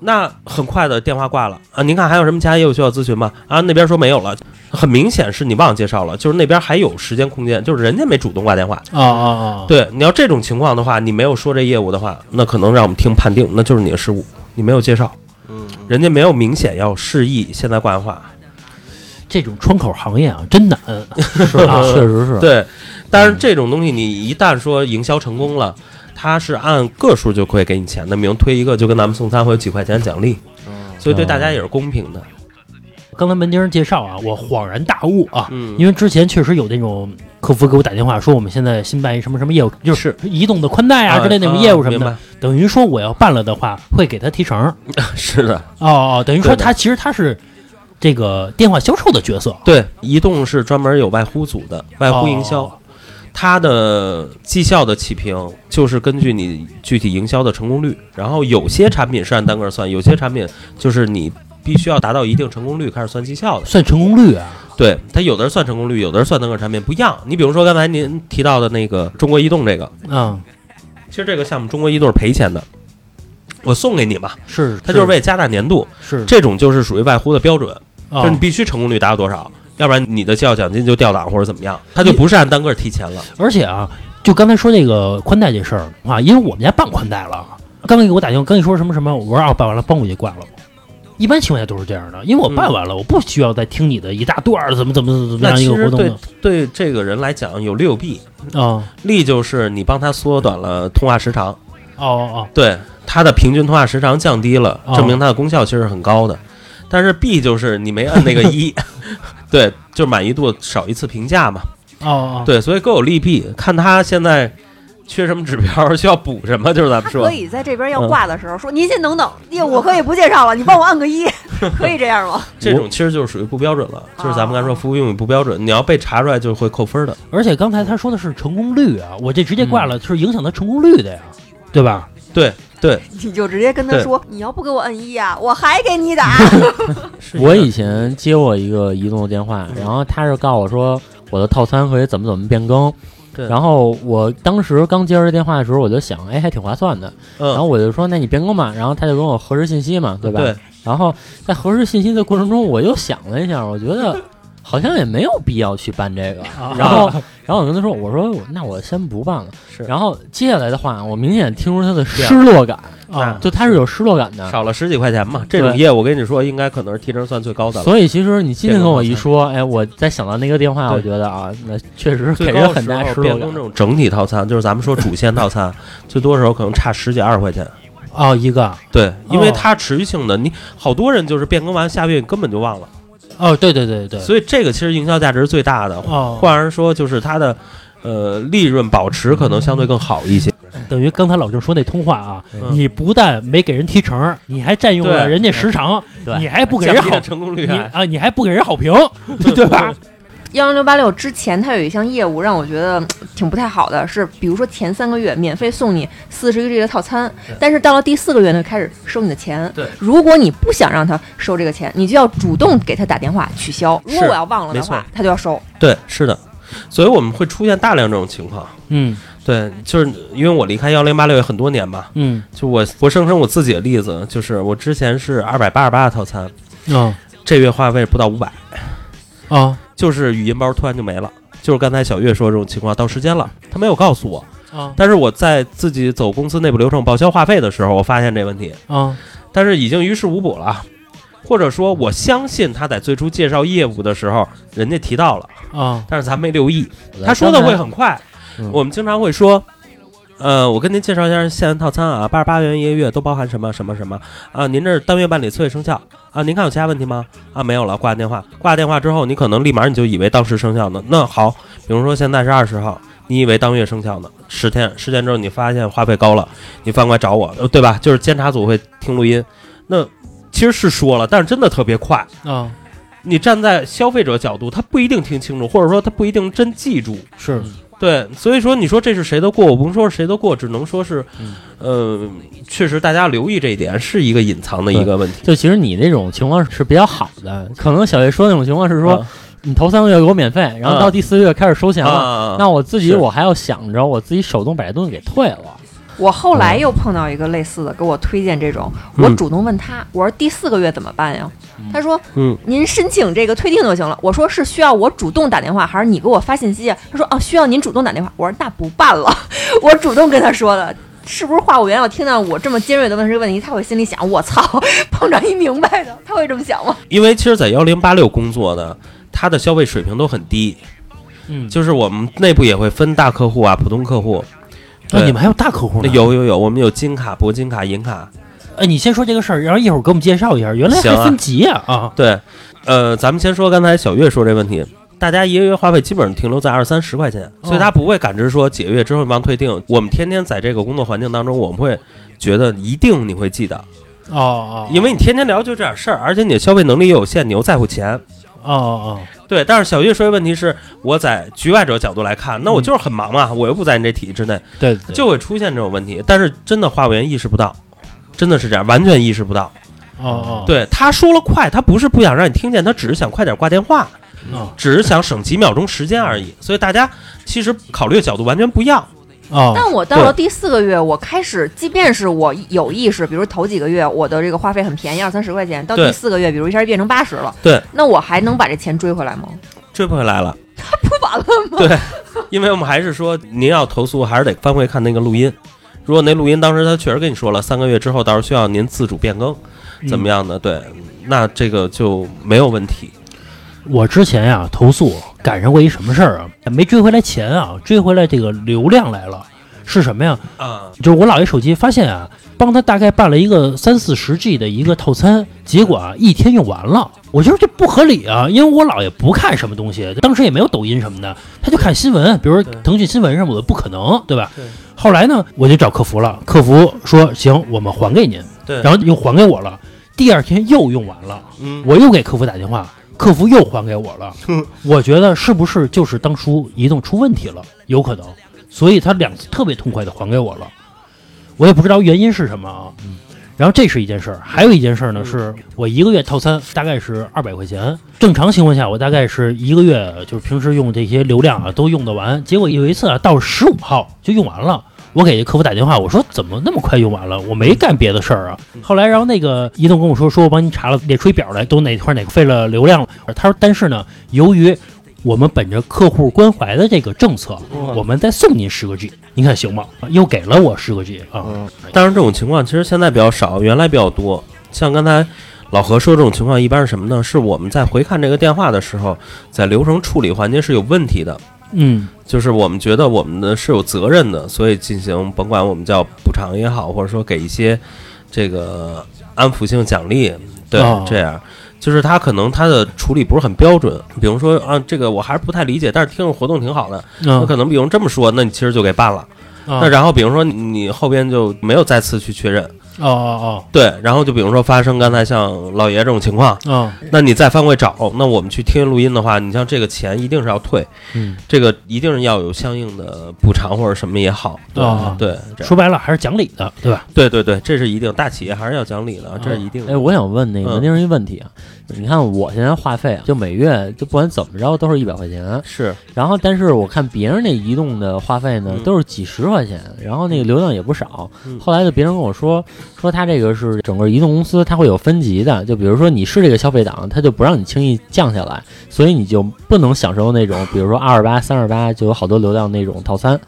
F: 那很快的电话挂了啊！您看还有什么其他业务需要咨询吗？啊，那边说没有了，很明显是你忘了介绍了，就是那边还有时间空间，就是人家没主动挂电话。
G: 啊啊啊，
F: 对，你要这种情况的话，你没有说这业务的话，那可能让我们听判定，那就是你的失误，你没有介绍，
H: 嗯，
F: 人家没有明显要示意现在挂电话。
G: 这种窗口行业啊，真难。
I: 是啊，确实是。
F: 对，但是这种东西你一旦说营销成功了，它是按个数就会给你钱的，比如推一个就跟咱们送餐会有几块钱奖励，
G: 嗯
F: 所以对大
G: 哦
F: 家也是公平的。
G: 刚才门丁儿介绍啊，我恍然大悟啊，
F: 嗯
G: 因为之前确实有那种客服给我打电话说我们现在新办一什么什么业务，就是移动的宽带啊之类那种业务什么的，
F: 啊
G: 等于说我要办了的话，会给他提成。
F: 明白 是的，
G: 哦哦，等于说
F: 对的
G: 他其实他是这个电话销售的角色。
F: 对，移动是专门有外呼组的，外呼营销，
G: 哦
F: 它的绩效的起评就是根据你具体营销的成功率，然后有些产品是按单个算，有些产品就是你。必须要达到一定成功率开始算绩效的，
G: 算成功率啊，
F: 对它有的是算成功率，有的是算单个产品不一样。你比如说刚才您提到的那个中国移动这个，
G: 嗯，
F: 其实这个项目中国移动是赔钱的，我送给你嘛，
G: 是，
F: 它就是为加大粘度，
G: 是，
F: 这种就是属于外呼的标准，
G: 哦
F: 就是你必须成功率达到多少，要不然你的绩效奖金就掉档或者怎么样，它就不是按单个提钱了。
G: 而且啊，就刚才说那个宽带这事儿啊，因为我们家办宽带了，啊刚才给我打电话，刚一说什么什么，我说啊，办完了，帮我就挂了。一般情况下都是这样的，因为我办完了，我不需要再听你的一大段儿怎么怎么怎么
F: 那
G: 样一
F: 其
G: 个
F: 实
G: 活动
F: 对
G: 的
F: 对这个人来讲有利有弊，
G: 啊，
F: 利就是你帮他缩短了通话时长，
G: 哦哦
F: 对他的平均通话时长降低了，
G: 哦
F: 证明它的功效其实很高的。但是弊就是你没按那个一， 对，就是满意度少一次评价嘛。
G: 哦哦，
F: 对，所以各有利弊，看他现在缺什么指标，需要补什么，就是嗯咱
E: 他
F: 们说
E: 可。以在这边要挂的时候说：“您先等等，业务我可以不介绍了，你帮我按 个一，可以这样吗
F: 这种其实就是属于不标准了，就是咱们刚才说服务用语不标准，你要被查出来就会扣分的。
G: 而且刚才他说的是成功率啊，我这
I: 嗯
G: 直接挂了是影响他成功率的呀，对吧？
F: 对对，？”
E: 你就直接跟他
F: 对
E: 说：“你要不给我按一啊，我还给你打。
I: 我以前接过一个移动的电话，然后他是告诉我说我的套餐可以怎么怎么变更，
F: 对
I: 然后我当时刚接到这电话的时候，我就想，哎，还挺划算的，然后
F: 嗯，
I: 我就说那你变更吧，然后他就跟我核实信息嘛，对吧？
F: 对，
I: 然后在核实信息的过程中，我又想了一下，我觉得好像也没有必要去办这个。然后，然后我跟他说，我说那我先不办了。
F: 是
I: 然后接下来的话，我明显听出他的失落感，
F: 啊
I: 就他是有失落感的。
F: 少了十几块钱嘛，这种
I: 对
F: 业务我跟你说，应该可能是提成算最高的了。
I: 所以其实你今天跟我一说，哎，我再想到那个电话，
F: 对
I: 我觉得啊，那确实给
F: 最
I: 人
F: 高的
I: 很
F: 时
I: 大
F: 候
I: 失落
F: 变更这
I: 感。
F: 种整体套餐，就是咱们说主线套餐， 最多时候可能差十几二十块钱。
G: 哦，一个
F: 对，因为
G: 哦
F: 它持续性的，你好多人就是变更完下个月根本就忘了，
G: 哦，对对对对对，
F: 所以这个其实营销价值是最大的。
G: 哦，
F: 换而说，就是它的呃利润保持可能相对更好一些。
G: 等于刚才老郑说那通话啊，
F: 嗯
G: 你不但没给人提成，你还占用了
F: 对
G: 人家时长，
I: 对
G: 你还不给人
F: 降低
G: 好
F: 了成功率啊
G: 你
F: 还
G: 啊，你还不给人好评，对吧？
E: 幺零六八六之前，它有一项业务让我觉得嗯挺不太好的，是比如说前三个月免费送你四十一 G 的套餐，但是到了第四个月呢，开始收你的钱。
G: 对
E: 如果你不想让他收这个钱，你就要主动给他打电话取消。如
F: 是
E: 果我要忘了
F: 没
E: 的话
F: 错，
E: 他就要收。
F: 对，是的，所以我们会出现大量这种情况。
I: 嗯
F: 对，就是因为我离开幺零八六也很多年嘛，
I: 嗯
F: 就我活生生我自己的例子，就是我之前是二百八十八的套餐，
G: 啊
F: 这月话费不到五百，
G: 啊
F: 就是语音包突然就没了。就是刚才小月说这种情况，到时间了，他没有告诉我，
G: 啊
F: 但是我在自己走公司内部流程报销话费的时候，我发现这问题，
G: 啊！
F: 但是已经于事无补了，或者说我相信他在最初介绍业务的时候，人家提到了，
G: 啊，
F: 但是咱没留意，他说的会很快
I: 嗯。
F: 我们经常会说，呃，我跟您介绍一下现在套餐啊，八十八元一个月都包含什么什么什么啊？您这是单月办理促生效啊？您看有其他问题吗？啊，没有了，挂电话。挂电话之后，你可能立马你就以为当时生效呢。那好，比如说现在是二十号。你以为当月生效呢？十天，十天之后你发现话费高了，你翻过来找我，呃对吧？就是监察组会听录音。那其实是说了，但是真的特别快，
G: 啊
F: 你站在消费者角度，他不一定听清楚，或者说他不一定真记住。
G: 是
F: 对，所以说你说这是谁的过？我不能说是谁的过，只能说是，
G: 嗯
F: 呃，确实大家留意这一点是一个隐藏的一个问题。
I: 就其实你那种情况是比较好的，可能小月说那种情况
G: 嗯
I: 是说
F: 啊
I: 你头三个月给我免费，然后到第四个月开始收钱了，
F: 啊，
I: 那我自己
F: 是
I: 我还要想着我自己手动把这东西给退了。
E: 我后来又碰到一个类似的，给我推荐这种，
F: 嗯
E: 我主动问他，我说第四个月怎么办呀？他说
F: 嗯，
E: 您申请这个退订就行了。我说是需要我主动打电话，还是你给我发信息啊？他说哦、需要您主动打电话。我说那不办了， 我主动跟他说的。是不是话务员要听到我这么尖锐的问这个问题，他会心里想我操， 碰上一明白的，他会这么想吗？
F: 因为其实，在幺零八六工作的，他的消费水平都很低，
G: 嗯，
F: 就是我们内部也会分大客户啊、普通客户。
G: 那
F: 对
G: 哦你们还有大客户
F: 那
G: 呢？，
F: 有有有，我们有金卡、铂金卡、银卡。
G: 哎，你先说这个事儿，然后一会儿给我们介绍一下，原来还
F: 行啊
G: 分级呀啊
F: 对，呃，咱们先说刚才小月说这问题，大家一个月话费基本上停留在二三十块钱，所以他不会感知说几个月之后你帮退订。我们天天在这个工作环境当中，我们会觉得一定你会记得，
G: 哦哦，
F: 因为你天天聊就这点事儿，而且你的消费能力也有限，你又在乎钱。
G: 哦
F: 啊
G: 哦
F: 对，但是小月说的问题是，我在局外者角度来看，那我就是很忙啊，我又不在你这体制之内，
G: 哦，嗯对，对
F: 就会出现这种问题。但是真的话务员意识不到，真的是这样，完全意识不到。
G: 哦哦，
F: 对，他说了快，他不是不想让你听见，他只是想快点挂电话。
G: 哦
F: 只是想省几秒钟时间而已。所以大家其实考虑的角度完全不一样。
G: 哦
E: 但我到了第四个月，我开始，即便是我有意识，比如头几个月我的这个话费很便宜，二三十块钱，到
F: 对
E: 第四个月，比如一下变成八十了，
F: 对，
E: 那我还能把这钱追回来吗？
F: 追不回来了，
E: 不完了吗？
F: 因为我们还是说您要投诉，还是得翻回看那个录音。如果那录音当时他确实跟你说了，三个月之后到时候需要您自主变更，怎么样的？对，那这个就没有问题。
G: 我之前呀、投诉赶上过一什么事儿啊？没追回来钱啊，追回来这个流量来了，是什么呀？
F: 啊，
G: 就是我姥爷手机发现啊，帮他大概办了一个三四十 G 的一个套餐，结果啊一天用完了。我觉得这不合理啊，因为我姥爷不看什么东西，当时也没有抖音什么的，他就看新闻，比如说腾讯新闻什么的，不可能，对吧？后来呢，我就找客服了，客服说行，我们还给您，
F: 对，
G: 然后又还给我了。第二天又用完了，
F: 嗯，
G: 我又给客服打电话，客服又还给我了。我觉得是不是就是当初移动出问题了？有可能，所以他两次特别痛快的还给我了。我也不知道原因是什么啊。然后这是一件事儿，还有一件事儿呢，是我一个月套餐大概是二百块钱，正常情况下我大概是一个月就是平时用这些流量啊都用得完。结果有一次啊，到十五号就用完了。我给客服打电话，我说怎么那么快用完了？我没干别的事儿啊。后来，然后那个移动跟我说，说我帮您查了列出一表来，都哪块儿哪个费了流量了。他说，但是呢，由于我们本着客户关怀的这个政策，我们再送您十个 G，您看行吗？又给了我十个 G 啊，
H: 嗯，
F: 当然这种情况其实现在比较少，原来比较多。像刚才老何说这种情况，一般是什么呢？是我们在回看这个电话的时候，在流程处理环节是有问题的。
G: 嗯
F: 就是我们觉得我们的是有责任的，所以进行甭管我们叫补偿也好，或者说给一些这个安抚性奖励，对，
G: 哦
F: 这样。就是他可能他的处理不是很标准，比如说啊，这个我还是不太理解，但是听着活动挺好的，那
G: 嗯
F: 可能比如这么说，那你其实就给办了。
G: 啊
F: 那然后比如说你你后边就没有再次去确认，
G: 哦哦
F: 对，然后就比如说发生刚才像老爷这种情况，
G: 哦哦，
F: 那你再翻过去找，那我们去听录音的话，你像这个钱一定是要退，
I: 嗯，
F: 这个一定是要有相应的补偿或者什么也好，对、
G: 啊
F: 对，这
G: 说白了还是讲理的，对吧？
F: 对对对，这是一定，大企业还是要讲理的，这是一定的。
I: 哎，我想问那个
F: 嗯
I: 文丁一问题啊，你看我现在话费啊，就每月就不管怎么着都是一百块钱，
F: 是
I: 然后但是我看别人那移动的话费呢
F: 嗯
I: 都是几十块钱，然后那个流量也不少
F: 嗯。
I: 后来就别人跟我说说他这个是整个移动公司它会有分级的，就比如说你是这个消费档，它就不让你轻易降下来，所以你就不能享受那种比如说二二八、三二八就有好多流量那种套餐，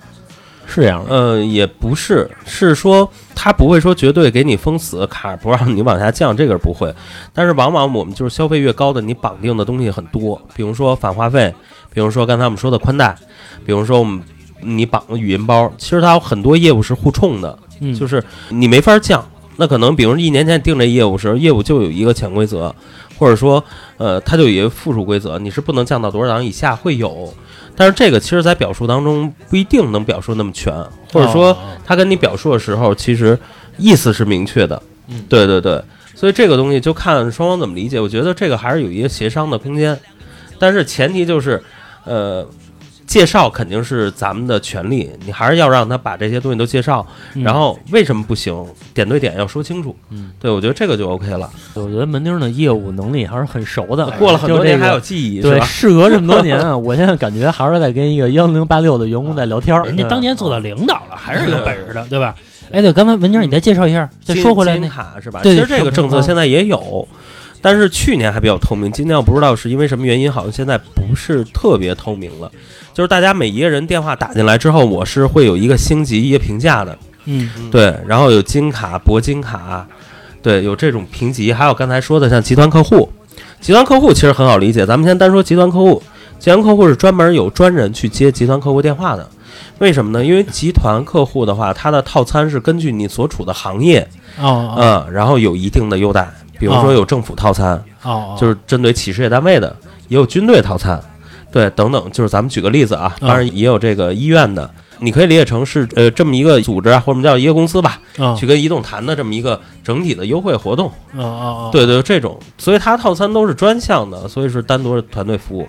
I: 是这样的。
F: 呃，也不是，是说他不会说绝对给你封死卡，不让你往下降，这个不会。但是往往我们就是消费越高的，你绑定的东西很多，比如说返话费，比如说刚才我们说的宽带，比如说我们你绑的语音包，其实它有很多业务是互冲的，
G: 嗯
F: 就是你没法降。那可能比如一年前定这业务时，业务就有一个潜规则，或者说呃，它就有一个附属规则，你是不能降到多少档以下会有。但是这个其实，在表述当中不一定能表述那么全，或者说
G: 哦
F: 他跟你表述的时候，其实意思是明确的。
G: 嗯
F: 对对对，所以这个东西就看双方怎么理解。我觉得这个还是有一个协商的空间，但是前提就是，呃，介绍肯定是咱们的权利，你还是要让他把这些东西都介绍，
G: 嗯
F: 然后为什么不行，点对点要说清楚。
I: 嗯，
F: 对，我觉得这个就 OK 了。
I: 我觉得门钉的业务能力还是很熟的，
F: 过了很
I: 就
F: 多
I: 这
F: 年还
I: 个
F: 有记忆，是
I: 对，
F: 吧？
I: 事隔这么多年啊， 我现在感觉还是在跟一个幺零八六的员工在聊天儿。嗯
G: 人家
I: 对
G: 当年做到领导了，还是有本事的，对吧？哎，对，刚才文静你再介绍一下，再
F: 金
G: 说回来
F: 金
G: 那
F: 卡是吧？
G: 对啊
F: 其实这个政
G: 说
F: 策
G: 回来
F: 现在也有，但是去年还比较透明，今年我不知道是因为什么原因，好像现在不是特别透明了。就是大家每一个人电话打进来之后，我是会有一个星级一个评价的，
G: 嗯，
F: 对，然后有金卡、铂金卡，对，有这种评级，还有刚才说的像集团客户，集团客户其实很好理解，咱们先单说集团客户，集团客户是专门有专人去接集团客户电话的。为什么呢？因为集团客户的话，它的套餐是根据你所处的行业，
G: 哦
F: 嗯，然后有一定的优待，比如说有政府套餐，
C: 啊
G: 哦哦，
F: 就是针对企事业单位的，也有军队套餐，对，等等，就是咱们举个例子啊，
G: 嗯
F: 当然也有这个医院的，你可以理解成是呃这么一个组织啊，或者我们叫一个公司吧，
G: 哦
F: 去跟移动谈的这么一个整体的优惠活动，
G: 哦哦，
F: 对对，这种，所以它套餐都是专项的，所以是单独的团队服务。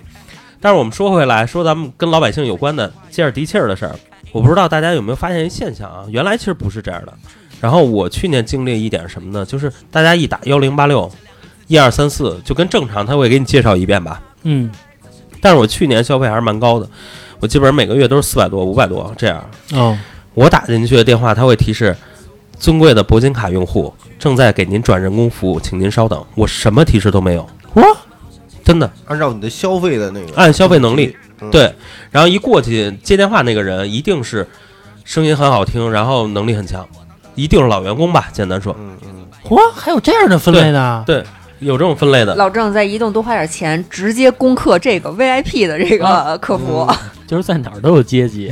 F: 但是我们说回来，说咱们跟老百姓有关的接着地气儿的事儿，我不知道大家有没有发现一现象啊？原来其实不是这样的。然后我去年经历一点什么呢？就是大家一打幺零八六、一二三四，就跟正常他会给你介绍一遍吧。
G: 嗯
F: 但是我去年消费还是蛮高的，我基本上每个月都是四百多、五百多这样。
G: 哦
F: 我打进去的电话，它会提示：“尊贵的铂金卡用户正在给您转人工服务，请您稍等。”我什么提示都没有，
G: 哇，
F: 真的
H: 按嗯啊照你的消费的那个
F: 按消费能力
H: 嗯
F: 对。然后一过去接电话那个人一定是声音很好听，然后能力很强，一定是老员工吧？简单说，
H: 嗯嗯，
G: 哇，还
I: 哦
G: 有这样的分类呢？
F: 对，有这种分类的。
E: 老郑在移动多花点钱，直接攻克这个 VIP 的这
F: 啊
E: 个客服。
I: 就是在哪儿都有阶级，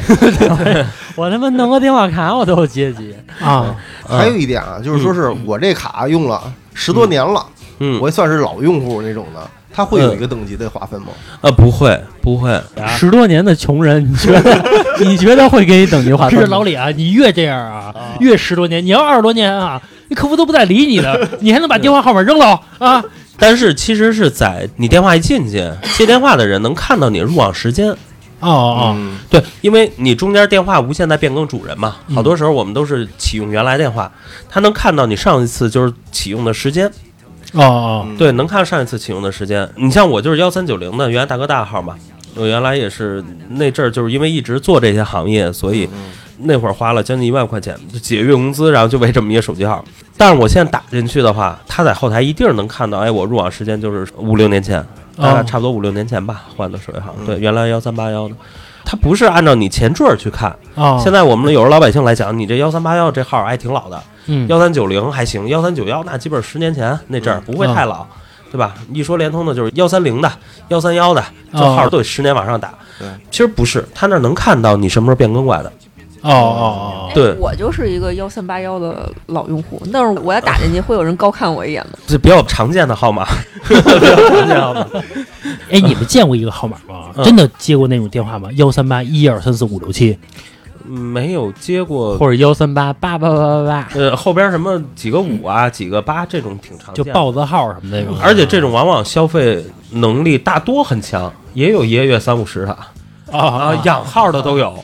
I: 我他妈弄个电话卡我都有阶级。
G: 啊，
H: 还有一点啊，就是说是
G: 嗯
H: 我这卡用了十多年了，
F: 嗯，
H: 我也算是老用户那种的，它会有一个等级的划分吗？
F: 呃不会不会，
G: 啊
I: 十多年的穷人，你觉得 你觉得会给你等级划
G: 这
I: 分
G: 是
I: 吗？
G: 老李啊，你越这样啊，越十多年，你要二十多年啊，那客服都不带理你的，你还能把电话号码扔了啊？
F: 但是其实是在你电话一进去，接电话的人能看到你入网时间。
G: 哦哦，
H: 嗯，
F: 对，因为你中间电话无限在变更主人嘛，
G: 嗯
F: 好多时候我们都是启用原来电话，它能看到你上一次就是启用的时间，
G: 哦哦，
H: 嗯
F: 对，能看到上一次启用的时间。你像我就是幺三九零的，原来大哥大号嘛，我原来也是那阵儿就是因为一直做这些行业，所
H: 嗯
F: 以那会儿花了将近一万块钱，就几个月工资，然后就为这么一个手机号。但是我现在打进去的话，他在后台一定能看到，哎，我入网时间就是五六年前，大概
G: 哦
F: 差不多五六年前吧，换的手机号。
H: 嗯
F: 对，原来幺三八幺的，它不是按照你前缀儿去看。
G: 哦，
F: 现在我们有时候老百姓来讲，你这幺三八幺这号还哎挺老的，
G: 嗯
F: 幺三九零还行，幺三九幺那基本十年前那阵儿不会太老，
G: 嗯
F: 对吧？一说联通的就是幺三零的、幺三幺的，这
G: 哦
F: 号都得十年往上打。
H: 对
F: 其实不是，他那儿能看到你什么时候变更过来的。
G: 哦哦哦，
F: 对
E: 哎我就是一个幺三八幺的老用户，但是我要打进去，会有人高看我一眼吗？
F: 这比较常见的号 码，比较常见的号码。
G: 哎，你们见过一个号码吗？
F: 嗯
G: 真的接过那种电话吗？幺三八一二三四五六七，
F: 嗯没有接过，
I: 或者幺三八八八八八八，
F: 呃，后边什么几个五啊，几个八这种挺常
G: 就
F: 见啊的。
G: 豹子号什 么那种。
F: 而且这种往往消费能力大多很强，也有一个月三五十的
G: 啊啊
F: 啊，养号的都有。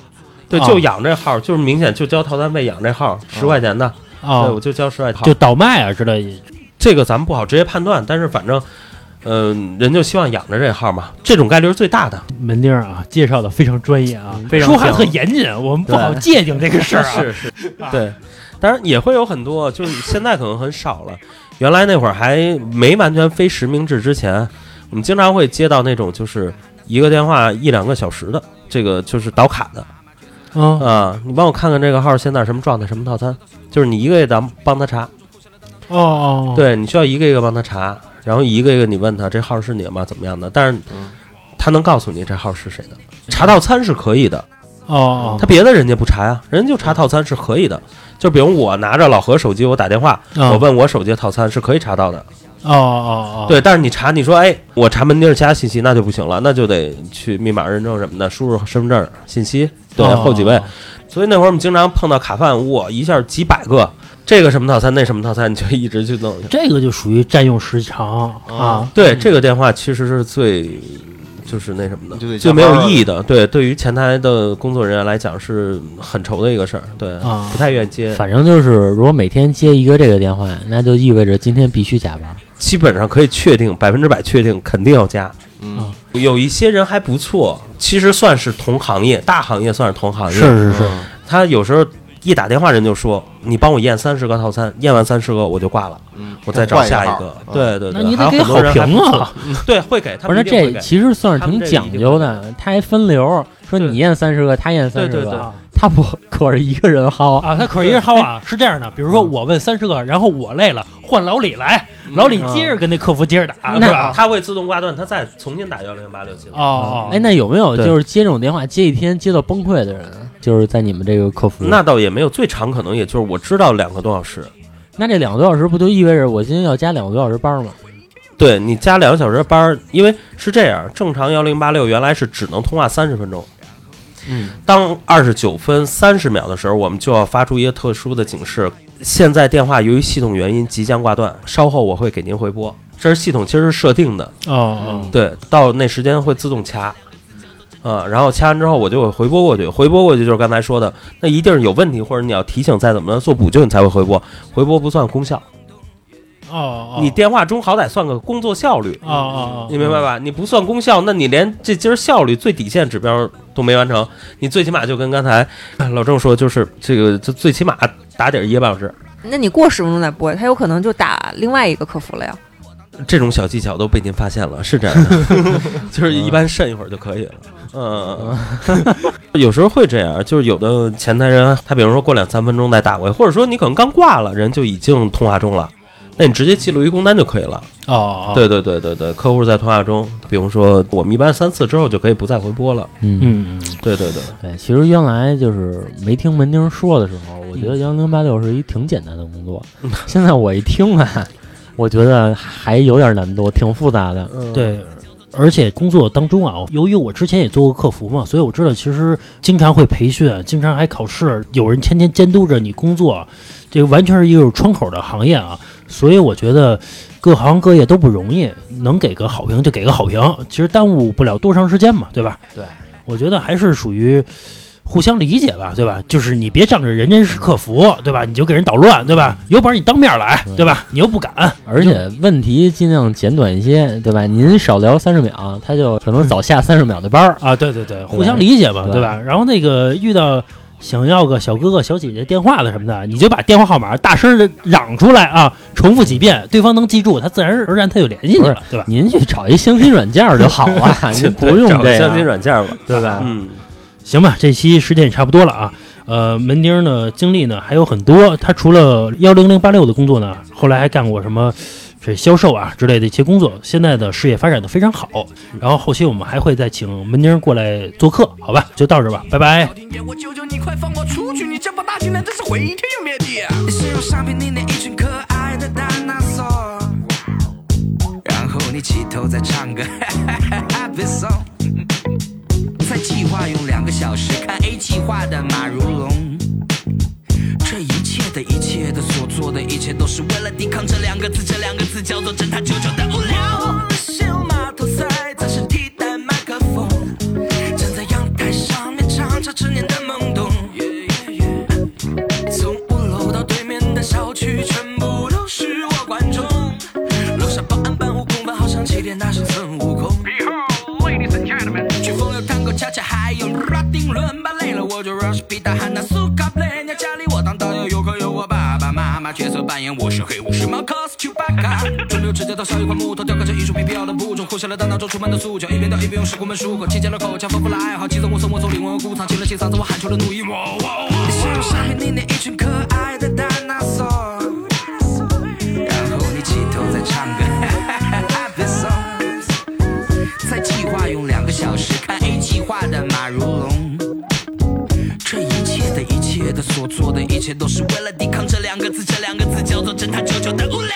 F: 对，
G: 啊
F: 就养这号，就是明显就交套餐费养这号，十块钱的，对，
G: 啊
F: 我，就交十块钱。
G: 就倒卖啊之类的。
F: 这个咱们不好直接判断，但是反正，嗯、人就希望养着这号嘛，这种概率是最大的。
G: 门钉儿啊，介绍的非常专业啊，
F: 非常
G: 说话
F: 像
G: 特严谨，我
I: 嗯
G: 们不好
F: 对
G: 界定这个事儿 啊。
F: 是是，对。当然也会有很多，就是现在可能很少了。原来那会儿还没完全非实名制之前，我们经常会接到那种就是一个电话一两个小时的，这个就是倒卡的
G: 啊
F: 啊。你帮我看看这个号现在什么状态，什么套餐，就是你一个一个咱帮他查，
G: 哦哦，
F: 对你需要一个一个帮他查，然后一个一个你问他这号是你的吗？怎么样的？但是
G: 嗯
F: 他能告诉你这号是谁的，查套餐是可以的，
G: 哦哦，
F: 他别的人家不查呀、人家就查套餐是可以的。就比如我拿着老何手机，我打电话，
G: 嗯啊
F: 我问我手机的套餐是可以查到的。
G: 哦哦哦，
F: 对，但是你查，你说哎，我查门钉儿其他信息那就不行了，那就得去密码认证什么的，输入身份证信息，对、
G: 哦
F: 后几位。所以那会儿我们经常碰到卡饭，哇，一下几百个，这个什么套餐，那什么套餐，你就一直去弄。
G: 这个就属于占用时长
I: 哦
G: 啊。
F: 对，
H: 嗯
F: 这个电话其实是最。就是那什么
H: 就得
F: 的，
H: 加
F: 最没有
H: 班
F: 意义的。对，对于前台的工作人员来讲是很愁的一个事儿，对，
G: 啊
F: 不太愿意接。
I: 反正就是如果每天接一个这个电话，那就意味着今天必须加班。
F: 基本上可以确定百分之百确定肯定要加。
H: 嗯，
F: 有一些人还不错，其实算是同行业，大行业算是同行业。
G: 是是是，
H: 嗯
F: 他有时候一打电话，人就说：“你帮我验三十个套餐，验完三十个我就挂了，
H: 嗯
F: 我再找下
H: 换
F: 一
H: 一
F: 个。
H: 号”嗯
F: 对对对，
G: 那你
F: 还
G: 得
F: 有
G: 给
F: 很
G: 好
F: 多人还
G: 评
F: 不错！
G: 啊。
F: 对，会给，他
I: 不
F: 们
I: 是，
F: 一定会
I: 这
F: 给。
I: 其实算是
F: 他们
I: 挺
F: 这一
I: 讲
F: 定
I: 究
F: 会
I: 的，他还分流，说
F: 对
I: 你验三十个，他验三十
F: 对对
I: 个，他不可是一个人薅。
G: 啊，他可一人薅啊，是这样的。比如说我问三十个，然后我累了，换老李来，老李接着跟那客服接着打，
F: 啊
G: 是
F: 对
G: 吧？
F: 他会自动挂断，他再重新打幺零八六七。
G: 哦哦，
I: 哎，那有没有
F: 对
I: 就是接这种电话接一天接到崩溃的人？啊就是在你们这个客服，
F: 那倒也没有，最长可能也就是我知道两个多小时。
I: 那这两个多小时不就意味着我今天要加两个多小时班吗？
F: 对你加两个小时班儿，因为是这样，正常幺零八六原来是只能通话三十分钟。
I: 嗯，
F: 当二十九分三十秒的时候，我们就要发出一个特殊的警示。现在电话由于系统原因即将挂断，稍后我会给您回拨。这是系统其实是设定的，
G: 哦哦
F: 对，到那时间会自动掐，啊、然后掐完之后我就会回拨过去，回拨过去就是刚才说的，那一定是有问题或者你要提醒再怎么着做补救你才会回拨，回拨不算功效，
G: 哦哦，
F: 你电话中好歹算个工作效率，
G: 哦哦
F: 你明白吧？你不算功效，那你连这今儿效率最底线指标都没完成，你最起码就跟刚才老郑说，就是这个，就最起码打底儿一个半小时，
E: 那你过十分钟再拨，他有可能就打另外一个客服了呀。
F: 这种小技巧都被您发现了，是这样的， 就是一般慎一会儿就可以了。嗯， 有时候会这样，就是有的前台人，他比如说过两三分钟再打过去，或者说你可能刚挂了，人就已经通话中了，那你直接记录一工单就可以了。
G: 哦哦，
F: 对对对对对，客户在通话中，比如说我们一般三次之后就可以不再回拨了。
I: 嗯
G: 嗯，嗯
F: 对对对。
I: 对，其实原来就是没听门钉说的时候，我觉得幺零八六是一挺简单的工作。现在我一听啊，我觉得还有点难度，挺复杂的。
G: 嗯对。而且工作当中啊，由于我之前也做过客服嘛，所以我知道其实经常会培训，经常还考试，有人天天监督着你工作，这个完全是一个有窗口的行业啊。所以我觉得各行各业都不容易，能给个好评就给个好评，其实耽误不了多长时间嘛，对吧？
H: 对，
G: 我觉得还是属于。互相理解吧，对吧？就是你别仗着人家是客服，对吧？你就给人捣乱，对吧？有本事你当面来，对吧？你又不敢，
I: 而且问题尽量简短一些，对吧？您少聊三十秒，他就可能早下三十秒的班儿。
G: 啊，对对对，互相理解嘛，
I: 对
G: 对吧？然后那个遇到想要个小哥哥、小姐姐电话的什么的，你就把电话号码大声的嚷出来啊，重复几遍，对方能记住，他自然而然他就联系你了，对吧？
I: 您去找一相亲软件儿就好了， 哎您不用
F: 嗯找
I: 这
F: 相亲
I: 样，
F: 软件吧？
I: 对吧？
F: 嗯，
G: 行吧，这期时间也差不多了啊。呃，门钉呢经历呢还有很多，他除了幺零零八六的工作呢，后来还干过什么这销售啊之类的一些工作。现在的事业发展的非常好，然后后期我们还会再请门钉过来做客，好吧？就到这吧，拜拜。
C: 我求求你快放我出去！你这帮大金人真是毁天灭地！是用商品你那一群可爱的大拿手，然后你起头再唱个别怂。在计划用两个小时看 A 计划的马如
I: 为了抵抗这两个字，这两个字叫做侦探九九的无聊。新码头赛暂时替代麦克风，站在阳台上面唱着陈年的懵懂。从五楼到对面的小区，全部都是我观众。楼上保安搬蜈蚣，搬好像齐天大圣孙悟空。
B: Behold, ladies and gentlemen，
I: 曲风有探戈、恰恰，还有 rapping 伦巴，累了我就 rush 皮大喊那苏卡布雷。家里我当导游，游客有我爸爸妈妈，角色扮演我是黑武士 m a r c u s Chewbacca。中流指甲到少一块木头，雕刻着艺术品必要的步骤，互相了大脑中充满的诉求，一边掉一边用石鼓闷漱口，亲切了口腔，丰富了爱好，激增我生我从灵魂谷藏，进了心嗓子，我喊出了怒意，我我我。陷入上面你那一群可爱的 dinosaur，然后你起头在唱歌 happy songs。在计划用两个小时看 A 计划的马如龙。这一切的一切的所做的一切，都是为了抵抗这两个字，这两个字叫做侦探九九的无聊。